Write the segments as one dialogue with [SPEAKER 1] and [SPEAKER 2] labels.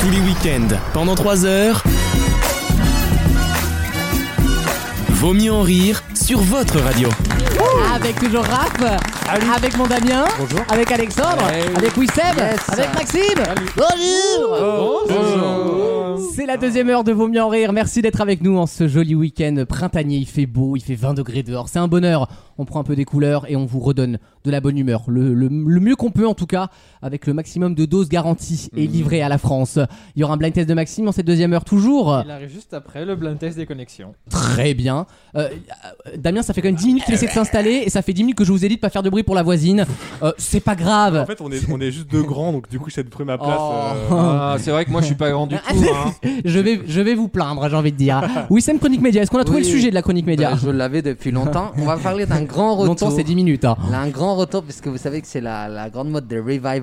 [SPEAKER 1] Tous les week-ends, pendant 3 heures. Vaut mieux en rire sur votre radio.
[SPEAKER 2] Avec toujours Raph, avec mon Damien,
[SPEAKER 3] Bonjour.
[SPEAKER 2] avec Alexandre, avec Wissem, avec Maxime. Bonjour C'est la deuxième heure de Vaut mieux en rire. Merci d'être avec nous en ce joli week-end printanier. Il fait beau, il fait 20 degrés dehors. C'est un bonheur. On prend un peu des couleurs et on vous redonne de la bonne humeur. Le, le- le mieux qu'on peut en tout cas, avec le maximum de doses garanties et livrées à la France. Il y aura un blind test de Maxime en cette deuxième heure toujours.
[SPEAKER 3] Il arrive juste après le blind test des connexions.
[SPEAKER 2] Très bien. Euh, euh, Damien, ça fait quand même 10 minutes qu'il essaie de s'installer et ça fait 10 minutes que je vous ai dit de pas faire de bruit pour la voisine. Euh, c'est pas grave.
[SPEAKER 4] En fait, on est, on est juste deux grands, donc du coup, j'ai de prendre ma place.
[SPEAKER 2] Oh.
[SPEAKER 4] euh,
[SPEAKER 3] Ah, c'est vrai que moi je suis pas grand du tout. hein.
[SPEAKER 2] Je vais, je vais vous plaindre, j'ai envie de dire. Wissem Chronique Média, est-ce qu'on a trouvé
[SPEAKER 5] Oui.
[SPEAKER 2] le sujet de la Chronique Média
[SPEAKER 5] Euh,
[SPEAKER 4] Bah,
[SPEAKER 5] Je l'avais depuis longtemps. On va parler d'un grand retour.
[SPEAKER 2] Eh Longtemps, c'est 10 minutes. hein.
[SPEAKER 5] Là, un grand retour, puisque vous savez que c'est la, la grande mode des revivals.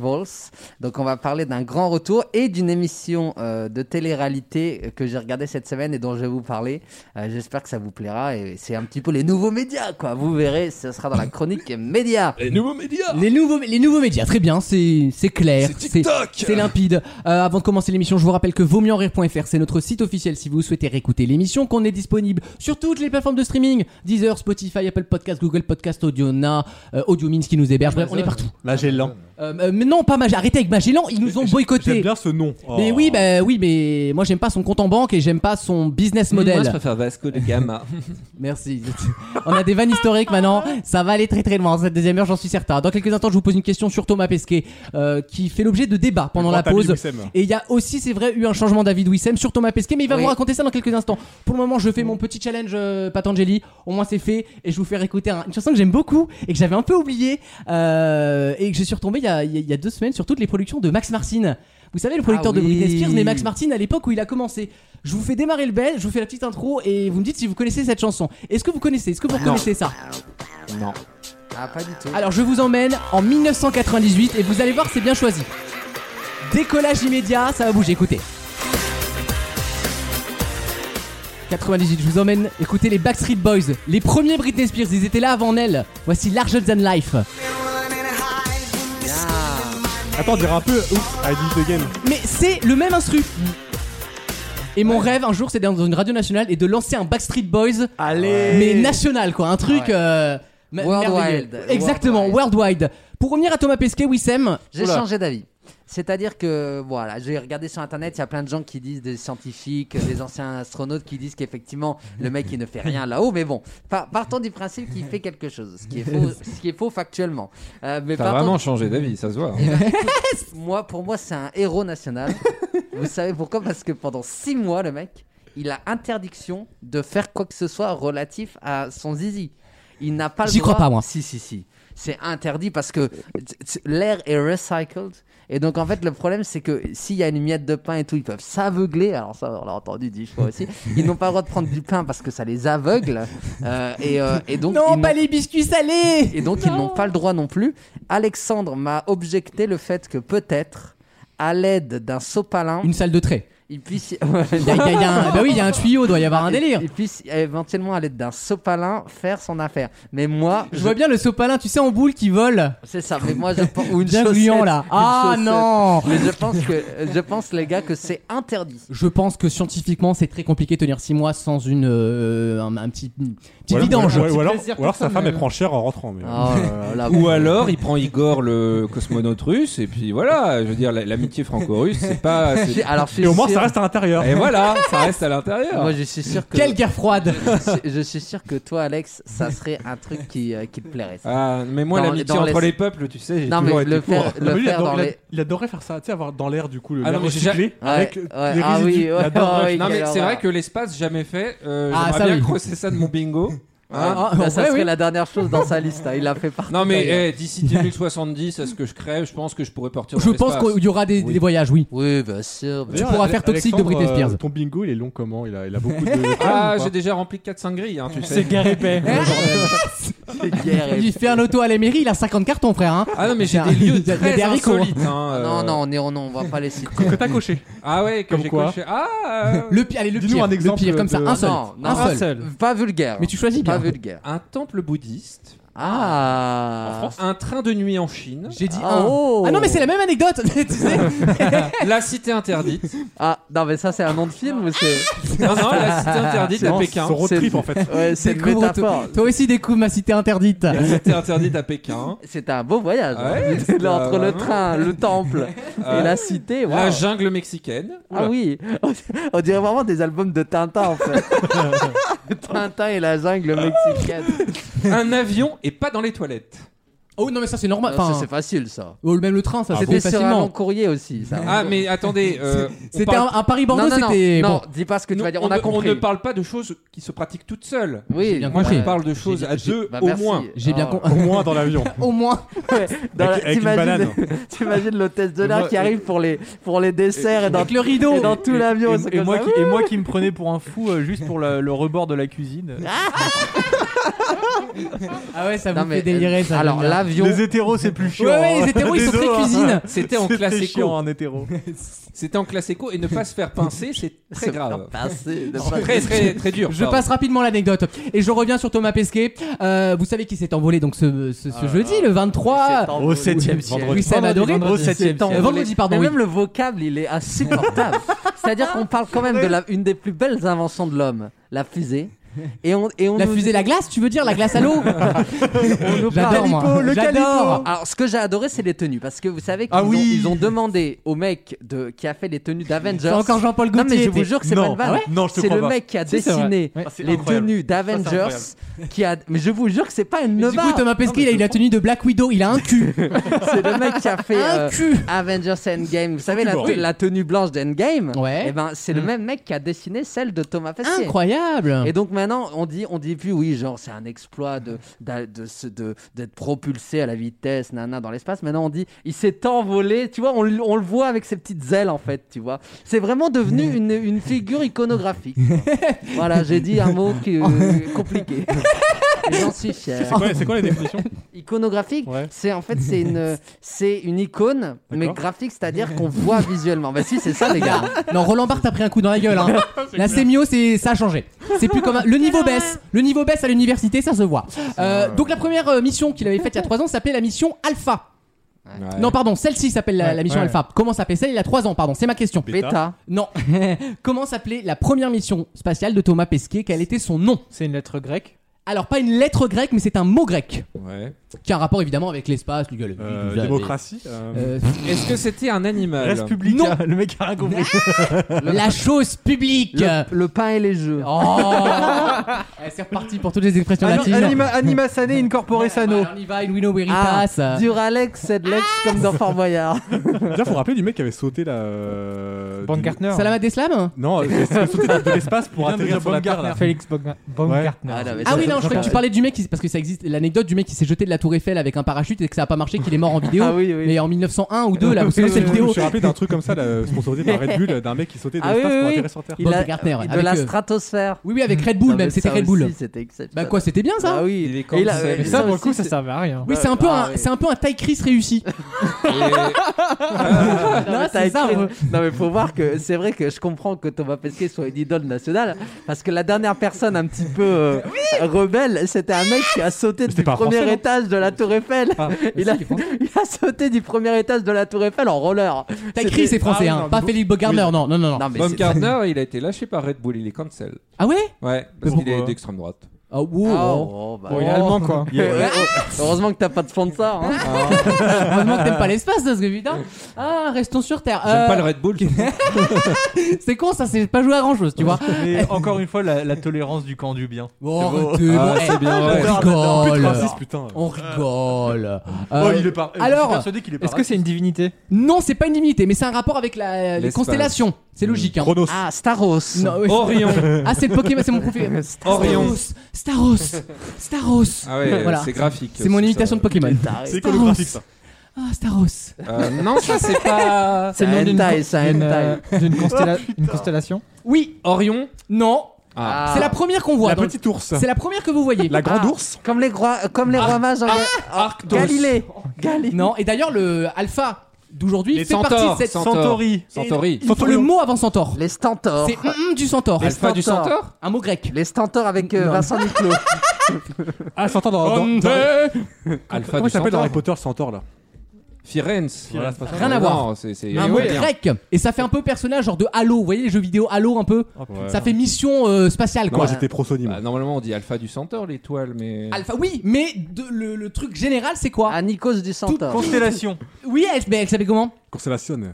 [SPEAKER 5] Donc, on va parler d'un grand retour et d'une émission euh, de télé-réalité euh, que j'ai regardée cette semaine et dont je vais vous parler. Euh, J'espère que ça vous plaira. Et c'est un petit peu les nouveaux médias, quoi. Vous verrez, ce sera dans la chronique média.
[SPEAKER 4] Les nouveaux médias
[SPEAKER 2] Les nouveaux, les nouveaux médias, très bien, c'est c'est clair,
[SPEAKER 4] C'est
[SPEAKER 2] c'est
[SPEAKER 4] TikTok
[SPEAKER 2] c'est limpide. Euh, avant de commencer l'émission, je vous rappelle que vaumieuxenrire.fr, c'est notre site officiel si vous souhaitez réécouter l'émission, qu'on est disponible sur toutes les plateformes de streaming, Deezer, Spotify, Apple Podcast, Google Podcast, Audiona, euh, AudioMins qui nous héberge, bref, on est partout.
[SPEAKER 4] Magellan.
[SPEAKER 2] Euh, euh, mais non, pas Magellan, arrêtez avec Magellan, ils nous ont
[SPEAKER 4] J'aime
[SPEAKER 2] boycotté.
[SPEAKER 4] bien ce nom. Oh.
[SPEAKER 2] Mais oui, bah oui, mais moi j'aime pas son compte en banque et j'aime pas son business
[SPEAKER 3] Moi je
[SPEAKER 2] model.
[SPEAKER 3] préfère Vasco de Gama.
[SPEAKER 2] Merci. On a des vannes historiques maintenant. Ça va aller très très loin. Cette deuxième heure, j'en suis certain. Dans quelques instants, je vous pose une question sur Thomas Pesquet, euh, qui fait l'objet de débats pendant
[SPEAKER 4] Le
[SPEAKER 2] la
[SPEAKER 4] grand ami
[SPEAKER 2] pause.
[SPEAKER 4] Wissem.
[SPEAKER 2] Et il y a aussi, c'est vrai, eu un changement d'avis de Wissem sur Thomas Pesquet, mais il va
[SPEAKER 5] Oui.
[SPEAKER 2] vous raconter ça dans quelques instants. Pour le moment, je fais mon petit challenge euh, Patangeli. Au moins, c'est fait. Et je vous fais écouter un- une chanson que j'aime beaucoup et que j'avais un peu oubliée euh, et que je suis retombé il y, a, il y a- il y a deux semaines sur toutes les productions de Max Martin. Vous savez, le producteur
[SPEAKER 5] Ah oui.
[SPEAKER 2] de Britney Spears, mais Max Martin à l'époque où il a commencé. Je vous fais démarrer le bel, je vous fais la petite intro et vous me dites si vous connaissez cette chanson. Est-ce que vous connaissez Est-ce que vous
[SPEAKER 5] Ah
[SPEAKER 2] reconnaissez ça
[SPEAKER 5] Non. Ah, pas du tout.
[SPEAKER 2] Alors je vous emmène en 1998 et vous allez voir, c'est bien choisi. Décollage immédiat, ça va bouger, écoutez. 98, je vous emmène écouter les Backstreet Boys, les premiers Britney Spears, ils étaient là avant elle. Voici Larger Than Life.
[SPEAKER 4] Attends, dire un peu. Oups, I did it again.
[SPEAKER 2] Mais c'est le même instru. Et mon rêve un jour c'est d'être dans une radio nationale et de lancer un Backstreet Boys
[SPEAKER 4] Allez
[SPEAKER 2] mais national quoi, un truc
[SPEAKER 5] Ouais.
[SPEAKER 2] euh, me-
[SPEAKER 5] Worldwide.
[SPEAKER 2] merveilleux. Exactement,
[SPEAKER 5] Worldwide.
[SPEAKER 2] worldwide. Pour revenir à Thomas Pesquet, Wissem,
[SPEAKER 5] J'ai
[SPEAKER 2] Oula.
[SPEAKER 5] changé d'avis. C'est-à-dire que, voilà, j'ai regardé sur internet, il y a plein de gens qui disent, des scientifiques, euh, des anciens astronautes qui disent qu'effectivement, le mec il ne fait rien là-haut, mais bon, par- partons du principe qu'il fait quelque chose, ce qui est faux, ce qui est faux factuellement. Euh, mais
[SPEAKER 3] T'as
[SPEAKER 5] partons-
[SPEAKER 3] vraiment changé d'avis, ça se voit. hein.
[SPEAKER 5] moi, pour moi, c'est un héros national. Vous savez pourquoi Parce que pendant six mois, le mec, il a interdiction de faire quoi que ce soit relatif à son zizi. Il n'a pas le
[SPEAKER 2] J'y crois
[SPEAKER 5] droit-
[SPEAKER 2] pas, moi.
[SPEAKER 5] Si, si, si. C'est interdit parce que t- t- l'air est recycled. Et donc, en fait, le problème, c'est que s'il y a une miette de pain et tout, ils peuvent s'aveugler. Alors, ça, on l'a entendu dix fois aussi. Ils n'ont pas le droit de prendre du pain parce que ça les aveugle. Euh, et, euh, et donc, ils
[SPEAKER 2] Non,
[SPEAKER 5] n'ont-
[SPEAKER 2] pas les biscuits salés
[SPEAKER 5] et donc ils n'ont pas le droit non plus. Alexandre m'a objecté le fait que peut-être, à l'aide d'un sopalin,
[SPEAKER 2] Une salle de trait.
[SPEAKER 5] il puisse,
[SPEAKER 2] Y a- y a- y a un- bah oui, il y a un tuyau, doit y avoir un délire.
[SPEAKER 5] il puisse éventuellement à l'aide d'un sopalin faire son affaire. Mais moi,
[SPEAKER 2] Je vois bien le sopalin, tu sais, en boule qui vole.
[SPEAKER 5] c'est ça. Mais moi, je pense ou une
[SPEAKER 2] Bien
[SPEAKER 5] chaussette,
[SPEAKER 2] gluant là.
[SPEAKER 5] une
[SPEAKER 2] Ah
[SPEAKER 5] chaussette.
[SPEAKER 2] non
[SPEAKER 5] Mais je pense que, je pense les gars que c'est interdit.
[SPEAKER 2] Je pense que scientifiquement, c'est très compliqué de tenir 6 mois sans une, euh, un, un petit, une petite
[SPEAKER 4] Ou alors-
[SPEAKER 2] vidange.
[SPEAKER 4] Ou, ou alors,
[SPEAKER 3] plaisir
[SPEAKER 4] ou alors sa femme,
[SPEAKER 3] personnel.
[SPEAKER 4] elle prend cher en rentrant. Mais...
[SPEAKER 5] Oh là là.
[SPEAKER 3] Ou alors il prend Igor le cosmonaute russe et puis voilà, je veux dire la- l'amitié franco-russe c'est pas. c'est-
[SPEAKER 5] alors, je suis
[SPEAKER 4] Et au moins,
[SPEAKER 5] sûr-
[SPEAKER 4] ça reste à l'intérieur.
[SPEAKER 3] Et voilà, ça reste à l'intérieur.
[SPEAKER 5] Moi, je suis sûr que.
[SPEAKER 2] Quelle guerre froide
[SPEAKER 5] Je suis sûr que toi, Alex, ça serait un truc qui, euh, qui te plairait. ça.
[SPEAKER 3] Ah, mais moi
[SPEAKER 5] Dans-
[SPEAKER 3] l'amitié
[SPEAKER 5] dans
[SPEAKER 3] entre
[SPEAKER 5] les-
[SPEAKER 3] les peuples, tu sais, j'ai
[SPEAKER 5] Non,
[SPEAKER 3] toujours
[SPEAKER 5] mais
[SPEAKER 3] été
[SPEAKER 5] le
[SPEAKER 3] pour.
[SPEAKER 5] faire,
[SPEAKER 4] Ah, mais
[SPEAKER 5] le
[SPEAKER 4] lui, il,
[SPEAKER 5] faire
[SPEAKER 4] adore,
[SPEAKER 5] dans
[SPEAKER 4] il a-
[SPEAKER 5] les.
[SPEAKER 4] il adorait faire ça, tu sais, avoir dans l'air du coup le
[SPEAKER 3] Ah non,
[SPEAKER 4] verre
[SPEAKER 3] mais j'ai
[SPEAKER 4] recyclé
[SPEAKER 5] Ouais,
[SPEAKER 4] avec euh,
[SPEAKER 5] ouais,
[SPEAKER 4] les
[SPEAKER 5] ah oui,
[SPEAKER 4] résidus. Il
[SPEAKER 5] ouais,
[SPEAKER 4] adorerait.
[SPEAKER 5] ah oui.
[SPEAKER 3] Non mais
[SPEAKER 5] quelle
[SPEAKER 3] c'est vrai
[SPEAKER 5] horreur.
[SPEAKER 3] que l'espace jamais fait. Euh,
[SPEAKER 2] Ah,
[SPEAKER 3] J'aimerais
[SPEAKER 2] ça,
[SPEAKER 3] bien
[SPEAKER 2] oui.
[SPEAKER 3] creuser ça de mon bingo. Hein.
[SPEAKER 2] Ah,
[SPEAKER 5] ça,
[SPEAKER 2] en
[SPEAKER 5] ça
[SPEAKER 2] vrai,
[SPEAKER 5] serait
[SPEAKER 2] oui.
[SPEAKER 5] la dernière chose dans sa liste. hein. Il a fait partie.
[SPEAKER 3] Non mais
[SPEAKER 5] d'ailleurs.
[SPEAKER 3] eh, d'ici 2070, à ce que je crève, je pense que je pourrais partir.
[SPEAKER 2] Je
[SPEAKER 3] dans
[SPEAKER 2] pense
[SPEAKER 3] l'espace.
[SPEAKER 2] qu'il y aura des,
[SPEAKER 3] Oui.
[SPEAKER 2] des voyages, oui.
[SPEAKER 5] euh, Oui, bien sûr. bien sûr.
[SPEAKER 4] D'ailleurs,
[SPEAKER 2] pourras faire toxique de Britney
[SPEAKER 4] Alexandre, euh,
[SPEAKER 2] Spears.
[SPEAKER 4] ton bingo, il est long comment il a, il a beaucoup de.
[SPEAKER 3] Ah,
[SPEAKER 4] ou pas
[SPEAKER 3] j'ai déjà rempli 4-5 grilles, hein, tu sais.
[SPEAKER 6] C'est Garibay.
[SPEAKER 5] Hier et-
[SPEAKER 2] Il fait un auto à la mairie, il a 50 cartons, frère. hein.
[SPEAKER 3] Ah non, mais j'ai
[SPEAKER 2] Il y a-
[SPEAKER 3] des lieux
[SPEAKER 2] il y a
[SPEAKER 3] très
[SPEAKER 2] des haricots.
[SPEAKER 3] insolites. hein, euh.
[SPEAKER 5] Non, non, on, est, on, on va pas les citer.
[SPEAKER 4] Ah Que t'as coché.
[SPEAKER 3] Ah ouais, que
[SPEAKER 4] Comme
[SPEAKER 3] j'ai
[SPEAKER 4] quoi
[SPEAKER 3] coché. Ah euh,
[SPEAKER 2] Le, pi- allez, le
[SPEAKER 4] Dis-nous
[SPEAKER 2] pire,
[SPEAKER 4] un exemple
[SPEAKER 2] le pire, comme ça,
[SPEAKER 4] de-
[SPEAKER 2] un seul.
[SPEAKER 5] Ah Non, non,
[SPEAKER 2] un seul.
[SPEAKER 6] seul.
[SPEAKER 5] Pas vulgaire.
[SPEAKER 2] Mais tu choisis
[SPEAKER 5] Pas
[SPEAKER 2] bien.
[SPEAKER 5] vulgaire.
[SPEAKER 3] Un temple bouddhiste
[SPEAKER 5] Ah
[SPEAKER 3] En France, un train de nuit en Chine,
[SPEAKER 2] J'ai dit
[SPEAKER 5] Ah,
[SPEAKER 2] un.
[SPEAKER 5] oh.
[SPEAKER 2] Ah non, mais c'est la même anecdote, tu sais.
[SPEAKER 3] la cité interdite.
[SPEAKER 5] Ah, non, mais ça, c'est un nom de film ou c'est.
[SPEAKER 3] non, non, la cité interdite à Pékin.
[SPEAKER 4] Son road
[SPEAKER 5] C'est-
[SPEAKER 4] trip en fait.
[SPEAKER 5] Ouais, c'est une
[SPEAKER 2] Découvre
[SPEAKER 5] métaphore.
[SPEAKER 2] toi, toi aussi découvre ma cité interdite.
[SPEAKER 3] La cité interdite à Pékin.
[SPEAKER 5] C'était un beau voyage.
[SPEAKER 3] Ouais,
[SPEAKER 5] hein.
[SPEAKER 3] c'était
[SPEAKER 5] Là, entre
[SPEAKER 3] vraiment-
[SPEAKER 5] le train, le temple
[SPEAKER 3] Ah.
[SPEAKER 5] et la cité.
[SPEAKER 3] La
[SPEAKER 5] waouh.
[SPEAKER 3] jungle mexicaine.
[SPEAKER 5] Ah oui, on dirait vraiment des albums de Tintin en fait. Tintin et la jungle mexicaine.
[SPEAKER 3] Un avion et pas dans les toilettes.
[SPEAKER 2] Oh non, mais ça c'est normal.
[SPEAKER 5] Non, ça,
[SPEAKER 2] Enfin,
[SPEAKER 5] c'est facile ça.
[SPEAKER 2] oh, même le train, ça
[SPEAKER 5] C'était
[SPEAKER 2] c'était
[SPEAKER 5] sur un long
[SPEAKER 2] facilement.
[SPEAKER 5] courrier aussi. Ça.
[SPEAKER 3] Ah, mais attendez. euh, on
[SPEAKER 2] C'était
[SPEAKER 3] parle-
[SPEAKER 2] un, un Paris-Bordeaux,
[SPEAKER 5] non, non, non,
[SPEAKER 2] c'était.
[SPEAKER 5] non,
[SPEAKER 2] bon.
[SPEAKER 5] dis pas ce que tu
[SPEAKER 3] nous,
[SPEAKER 5] vas dire.
[SPEAKER 3] on
[SPEAKER 5] On, a
[SPEAKER 3] ne-
[SPEAKER 5] compris.
[SPEAKER 3] ne parle pas de choses qui se pratiquent toutes seules.
[SPEAKER 5] Oui,
[SPEAKER 2] bien
[SPEAKER 3] Moi,
[SPEAKER 2] compris.
[SPEAKER 3] je
[SPEAKER 2] Ouais.
[SPEAKER 3] parle de choses à deux
[SPEAKER 5] Bah,
[SPEAKER 3] au
[SPEAKER 5] merci.
[SPEAKER 3] moins.
[SPEAKER 2] J'ai bien
[SPEAKER 5] Ah.
[SPEAKER 2] compris.
[SPEAKER 4] Au moins dans l'avion.
[SPEAKER 2] Au moins.
[SPEAKER 5] Dans la-
[SPEAKER 4] Avec- avec une
[SPEAKER 5] t'imagines-
[SPEAKER 4] banane.
[SPEAKER 5] T'imagines l'hôtesse de l'air
[SPEAKER 6] Moi,
[SPEAKER 5] qui
[SPEAKER 6] euh,
[SPEAKER 5] arrive pour les, pour les desserts et dans,
[SPEAKER 2] Avec le rideau.
[SPEAKER 5] et dans tout
[SPEAKER 6] Et-
[SPEAKER 5] l'avion. c'est
[SPEAKER 6] Et, et
[SPEAKER 5] comme
[SPEAKER 6] moi
[SPEAKER 5] ça.
[SPEAKER 6] qui, et moi qui me prenais pour un fou euh, juste pour la- le rebord de la cuisine.
[SPEAKER 2] Ah ouais, ça
[SPEAKER 5] Non,
[SPEAKER 2] vous
[SPEAKER 5] mais,
[SPEAKER 2] fait délirer
[SPEAKER 5] euh,
[SPEAKER 2] ça.
[SPEAKER 5] Alors
[SPEAKER 2] j'aime bien.
[SPEAKER 5] l'avion.
[SPEAKER 6] Les hétéros, c'est plus chiant.
[SPEAKER 2] Ouais, ouais, les hétéros, ils sont
[SPEAKER 6] Désolé,
[SPEAKER 2] très
[SPEAKER 6] hein.
[SPEAKER 2] cuisine.
[SPEAKER 3] C'était en
[SPEAKER 6] C'est
[SPEAKER 3] classe
[SPEAKER 6] très chiant,
[SPEAKER 3] éco.
[SPEAKER 6] un hétéro.
[SPEAKER 3] C'était en classe éco et ne pas se faire pincer, c'est très grave.
[SPEAKER 5] Passer de-
[SPEAKER 3] Très, très, très dur.
[SPEAKER 2] Je
[SPEAKER 3] pardon.
[SPEAKER 2] passe rapidement l'anecdote et je reviens sur Thomas Pesquet. Euh, vous savez qui s'est envolé donc ce, ce-
[SPEAKER 5] Ah
[SPEAKER 2] ce jeudi, le 23.
[SPEAKER 6] Au 7ème
[SPEAKER 2] Oui,
[SPEAKER 6] siècle.
[SPEAKER 2] ça m'a adoré.
[SPEAKER 6] Au 7ème
[SPEAKER 5] Attends,
[SPEAKER 2] Euh,
[SPEAKER 6] siècle.
[SPEAKER 2] vendredi,
[SPEAKER 5] vous voulez-
[SPEAKER 2] pardon,
[SPEAKER 5] Mais
[SPEAKER 2] oui.
[SPEAKER 5] même le vocable, il est insupportable. C'est-à-dire qu'on parle quand même de la, une des plus belles inventions de l'homme, la fusée. Et on, et on
[SPEAKER 2] La
[SPEAKER 5] nous-
[SPEAKER 2] fusée, la glace, tu veux dire la glace à l'eau
[SPEAKER 5] on nous parle-
[SPEAKER 2] J'adore moi. J'adore.
[SPEAKER 5] Alors, ce que j'ai adoré, c'est les tenues. Parce que vous savez qu'ils
[SPEAKER 6] Ah
[SPEAKER 5] ont,
[SPEAKER 6] oui.
[SPEAKER 5] ils ont demandé au mec de, qui a fait les tenues
[SPEAKER 2] C'est
[SPEAKER 5] d'Avengers.
[SPEAKER 2] encore Jean-Paul
[SPEAKER 5] Non,
[SPEAKER 2] Gaultier.
[SPEAKER 5] mais je vous
[SPEAKER 2] t'es-
[SPEAKER 5] jure que c'est pas
[SPEAKER 6] Non,
[SPEAKER 5] une vanne.
[SPEAKER 6] ah ouais Non, je te
[SPEAKER 5] C'est le
[SPEAKER 6] crois pas.
[SPEAKER 5] mec qui a
[SPEAKER 2] Si, c'est vrai.
[SPEAKER 5] dessiné
[SPEAKER 2] Ouais.
[SPEAKER 6] Ah, c'est
[SPEAKER 5] les
[SPEAKER 6] incroyable.
[SPEAKER 5] tenues d'Avengers. Qui a... Mais je vous jure que c'est pas une
[SPEAKER 2] Mais du coup,
[SPEAKER 5] nova.
[SPEAKER 2] Thomas Pesquet, il a eu la tenue de Black Widow, il a un cul.
[SPEAKER 5] C'est le mec qui a fait
[SPEAKER 2] un
[SPEAKER 5] euh,
[SPEAKER 2] cul
[SPEAKER 5] Avengers Endgame. Vous savez, la,
[SPEAKER 4] Oui.
[SPEAKER 5] la tenue blanche d'Endgame.
[SPEAKER 2] Ouais. Mm.
[SPEAKER 5] Et ben, c'est le même mec qui a dessiné celle de Thomas Pesquet.
[SPEAKER 2] Incroyable
[SPEAKER 6] Ah.
[SPEAKER 5] Et donc maintenant, on dit, on dit plus, oui, genre, c'est un exploit de d'a- de se- de- d'être propulsé à la vitesse, nana, dans l'espace. Maintenant, on dit, il s'est envolé, tu vois, on, l- on le voit avec ses petites ailes, en fait, tu vois. C'est vraiment devenu une, une figure iconographique. quoi. voilà, j'ai dit un mot qui, euh, compliqué. Et J'en suis fier.
[SPEAKER 4] C'est quoi, c'est quoi la définition
[SPEAKER 5] Iconographique,
[SPEAKER 4] Ouais.
[SPEAKER 5] c'est en fait c'est une c'est une icône mais
[SPEAKER 4] D'accord.
[SPEAKER 5] graphique, c'est-à-dire qu'on voit visuellement. Bah si, c'est ça les gars.
[SPEAKER 2] Non, Roland Barthes a pris un coup dans la gueule. Hein. La sémio, c'est ça a changé. C'est plus comme un- le niveau baisse. Le niveau baisse à l'université, ça se voit. Euh, donc la première euh, mission qu'il avait faite il y a 3 ans s'appelait la mission Alpha.
[SPEAKER 3] Ouais.
[SPEAKER 2] Non, pardon, celle-ci s'appelle la, la mission
[SPEAKER 6] ouais.
[SPEAKER 2] Alpha. Comment s'appelait celle il y a 3 ans Pardon, c'est ma question.
[SPEAKER 5] Bêta.
[SPEAKER 2] Non. Comment s'appelait la première mission spatiale de Thomas Pesquet Quel était son nom
[SPEAKER 6] C'est une lettre grecque.
[SPEAKER 2] Alors pas une lettre grecque, mais c'est un mot grec
[SPEAKER 3] Ouais.
[SPEAKER 2] qui a un rapport évidemment avec l'espace, le gueule.
[SPEAKER 4] Euh, Démocratie euh,
[SPEAKER 2] Euh,
[SPEAKER 3] Est-ce que c'était un animal
[SPEAKER 6] Respublica.
[SPEAKER 2] Non.
[SPEAKER 6] Le mec a rien compris.
[SPEAKER 2] la chose publique.
[SPEAKER 5] Le, le pain et les jeux.
[SPEAKER 2] Oh Eh, C'est reparti pour toutes les expressions
[SPEAKER 6] Ani-
[SPEAKER 2] latines.
[SPEAKER 6] Anima, anima Sane Incorpore Sano.
[SPEAKER 2] Voilà, On y va, il wino
[SPEAKER 5] Ah,
[SPEAKER 2] veritas.
[SPEAKER 5] Euh, Duralex, Sedlex comme dans Fort Boyard.
[SPEAKER 4] Déjà, faut rappeler du mec qui avait sauté la. euh, du-
[SPEAKER 6] Baumgartner.
[SPEAKER 2] Salama d'Islam
[SPEAKER 4] Non, euh, il avait sauté de l'espace pour
[SPEAKER 6] Bien de
[SPEAKER 4] atterrir
[SPEAKER 6] dire
[SPEAKER 4] sur la Terre.
[SPEAKER 6] Baumgartner.
[SPEAKER 4] là.
[SPEAKER 6] Félix Baumga- Baumgartner.
[SPEAKER 5] Ah, non, mais
[SPEAKER 2] Ah
[SPEAKER 5] ça-
[SPEAKER 2] oui, non, je crois que tu parlais du mec qui, parce que ça existe l'anecdote du mec qui s'est jeté de la Tour Eiffel avec un parachute et que ça a pas marché, qu'il est mort en vidéo.
[SPEAKER 5] Ah oui, oui.
[SPEAKER 2] Mais en 1901 ou 2, là, vous savez, cette
[SPEAKER 4] Je me
[SPEAKER 2] vidéo.
[SPEAKER 4] suis rappelé d'un truc comme ça, là, sponsorisé par Red Bull, d'un mec qui sautait de
[SPEAKER 5] Ah oui,
[SPEAKER 4] l'espace
[SPEAKER 5] oui,
[SPEAKER 4] pour
[SPEAKER 5] oui.
[SPEAKER 4] atterrir sur Terre.
[SPEAKER 5] Il a-
[SPEAKER 2] Baumgartner,
[SPEAKER 5] de
[SPEAKER 2] avec,
[SPEAKER 5] la
[SPEAKER 2] euh,
[SPEAKER 5] stratosphère.
[SPEAKER 2] Oui, oui, avec Red Bull
[SPEAKER 5] Non,
[SPEAKER 2] même,
[SPEAKER 5] mais
[SPEAKER 2] c'était
[SPEAKER 5] ça
[SPEAKER 2] Red Bull.
[SPEAKER 5] aussi, C'était exceptionnel.
[SPEAKER 2] Bah quoi, c'était bien ça
[SPEAKER 5] Ah oui.
[SPEAKER 3] Il est
[SPEAKER 5] Et il a-
[SPEAKER 3] cancer.
[SPEAKER 5] mais
[SPEAKER 6] Ça, pour le
[SPEAKER 5] aussi,
[SPEAKER 6] coup, ça
[SPEAKER 5] c'est-
[SPEAKER 6] servait à rien.
[SPEAKER 2] Oui, c'est un peu
[SPEAKER 5] Ah,
[SPEAKER 2] un,
[SPEAKER 5] oui.
[SPEAKER 2] c'est un peu un taille Chris réussi.
[SPEAKER 5] Non, mais
[SPEAKER 2] c'est
[SPEAKER 5] t'as
[SPEAKER 2] ça, hein.
[SPEAKER 5] écrit-
[SPEAKER 2] ouais.
[SPEAKER 5] Non, mais faut voir que c'est vrai que je comprends que Thomas Pesquet soit une idole nationale parce que la dernière personne un petit peu euh, rebelle, c'était un mec qui a sauté du
[SPEAKER 4] pas
[SPEAKER 5] premier
[SPEAKER 4] forcément.
[SPEAKER 5] étage de la Tour Eiffel. il, a,
[SPEAKER 2] Ah, si, il est français.
[SPEAKER 5] il a sauté du premier étage de la Tour Eiffel en roller.
[SPEAKER 2] Taille Chris, c'est français,
[SPEAKER 4] Ah oui,
[SPEAKER 2] hein.
[SPEAKER 4] non,
[SPEAKER 2] Pas
[SPEAKER 4] mais-
[SPEAKER 2] Félix Bogarner, non, non, non, non.
[SPEAKER 5] Non, mais c'est-
[SPEAKER 3] Baumgartner, il a été lâché par Red Bull, il est cancel.
[SPEAKER 2] Ah ouais
[SPEAKER 3] Ouais, parce qu'il
[SPEAKER 4] pourquoi
[SPEAKER 3] est d'extrême droite.
[SPEAKER 2] Ah wow.
[SPEAKER 5] Oh, oh, bah,
[SPEAKER 6] Bon, il est allemand, quoi.
[SPEAKER 5] Eh, eh, oh, heureusement que t'as pas de sponsor. Hein.
[SPEAKER 2] Heureusement que t'aimes pas l'espace, parce que putain. Ah, restons sur Terre.
[SPEAKER 3] J'aime
[SPEAKER 2] Euh,
[SPEAKER 3] pas le Red Bull.
[SPEAKER 2] C'est con, ça, c'est pas joué à grand chose, tu
[SPEAKER 4] Oh,
[SPEAKER 2] vois.
[SPEAKER 6] Mais encore une fois, la, la tolérance du camp du bien.
[SPEAKER 2] Bon, arrêtez,
[SPEAKER 3] Ah,
[SPEAKER 2] bon,
[SPEAKER 3] c'est
[SPEAKER 2] eh,
[SPEAKER 3] bien,
[SPEAKER 2] on
[SPEAKER 3] ouais.
[SPEAKER 2] rigole.
[SPEAKER 4] Francis, putain.
[SPEAKER 2] On rigole.
[SPEAKER 4] Oh,
[SPEAKER 2] Euh,
[SPEAKER 4] il est par-
[SPEAKER 2] alors,
[SPEAKER 4] je suis persuadé qu'il est
[SPEAKER 6] Est-ce que c'est une divinité
[SPEAKER 2] Non, c'est pas une divinité, mais c'est un rapport avec la, les
[SPEAKER 3] L'espace.
[SPEAKER 2] constellations. C'est logique. Hein.
[SPEAKER 4] Chronos.
[SPEAKER 5] Ah, Staros.
[SPEAKER 2] Non, oui.
[SPEAKER 3] Orion.
[SPEAKER 2] Ah, c'est le Pokémon, c'est mon préféré.
[SPEAKER 3] Orion.
[SPEAKER 2] Staros. Staros. Staros.
[SPEAKER 3] Ah ouais,
[SPEAKER 2] Voilà.
[SPEAKER 3] c'est graphique.
[SPEAKER 2] C'est mon
[SPEAKER 3] ça.
[SPEAKER 2] imitation de Pokémon.
[SPEAKER 4] C'est iconographique ça.
[SPEAKER 2] Ah, Staros.
[SPEAKER 3] Euh, non, ça c'est pas.
[SPEAKER 5] C'est un hentai, c'est un
[SPEAKER 6] d'une, euh,
[SPEAKER 5] hentai.
[SPEAKER 6] d'une constella- une constellation
[SPEAKER 2] Oui,
[SPEAKER 3] Orion.
[SPEAKER 2] non.
[SPEAKER 3] Ah.
[SPEAKER 5] Ah.
[SPEAKER 2] C'est la première qu'on voit.
[SPEAKER 4] La
[SPEAKER 2] dans le-
[SPEAKER 4] petite ours.
[SPEAKER 2] C'est la première que vous voyez.
[SPEAKER 4] La grande
[SPEAKER 5] Ah.
[SPEAKER 4] ours.
[SPEAKER 5] Comme les, rois, comme les rois mages en
[SPEAKER 3] Arctos.
[SPEAKER 5] Galilée. Galilée.
[SPEAKER 2] Non, et d'ailleurs, le Alpha d'aujourd'hui
[SPEAKER 3] Les
[SPEAKER 2] fait
[SPEAKER 3] centaures,
[SPEAKER 2] partie de cette
[SPEAKER 3] centaures.
[SPEAKER 6] Centauri.
[SPEAKER 3] Centauri.
[SPEAKER 2] Il faut le mot avant centaure.
[SPEAKER 5] Les Stentors.
[SPEAKER 2] C'est hum, hum du centaure.
[SPEAKER 5] Les
[SPEAKER 3] Alpha du
[SPEAKER 5] centaures.
[SPEAKER 3] centaure
[SPEAKER 2] Un mot grec.
[SPEAKER 5] Les Stentors avec euh,
[SPEAKER 4] Non.
[SPEAKER 5] Vincent Niclot.
[SPEAKER 4] Ah, Centaure dans. dans, dans...
[SPEAKER 3] Alpha
[SPEAKER 4] Comment
[SPEAKER 3] du
[SPEAKER 4] il s'appelle dans
[SPEAKER 3] centaure.
[SPEAKER 4] Harry Potter Centaure là
[SPEAKER 3] Firenze.
[SPEAKER 4] Voilà,
[SPEAKER 3] c'est pas ça.
[SPEAKER 2] Rien à
[SPEAKER 3] Non,
[SPEAKER 2] voir.
[SPEAKER 3] c'est- c'est-
[SPEAKER 2] Un
[SPEAKER 3] Ouais,
[SPEAKER 2] mot
[SPEAKER 3] bien.
[SPEAKER 2] grec. Et ça fait un peu personnage genre de Halo. Vous voyez les jeux vidéo Halo un peu
[SPEAKER 4] Ouais.
[SPEAKER 2] Ça fait mission euh, spatiale
[SPEAKER 4] Non, Moi
[SPEAKER 2] quoi.
[SPEAKER 4] j'étais pro Sony. moi.
[SPEAKER 3] Bah, normalement, on dit alpha du centaure, l'étoile, mais.
[SPEAKER 2] Alpha, oui, mais de- le, le truc général c'est quoi
[SPEAKER 5] Ah, Nikos du Centaure.
[SPEAKER 6] Constellation.
[SPEAKER 2] Oui, elle, mais elle s'appelle comment
[SPEAKER 4] Constellation.
[SPEAKER 5] Non,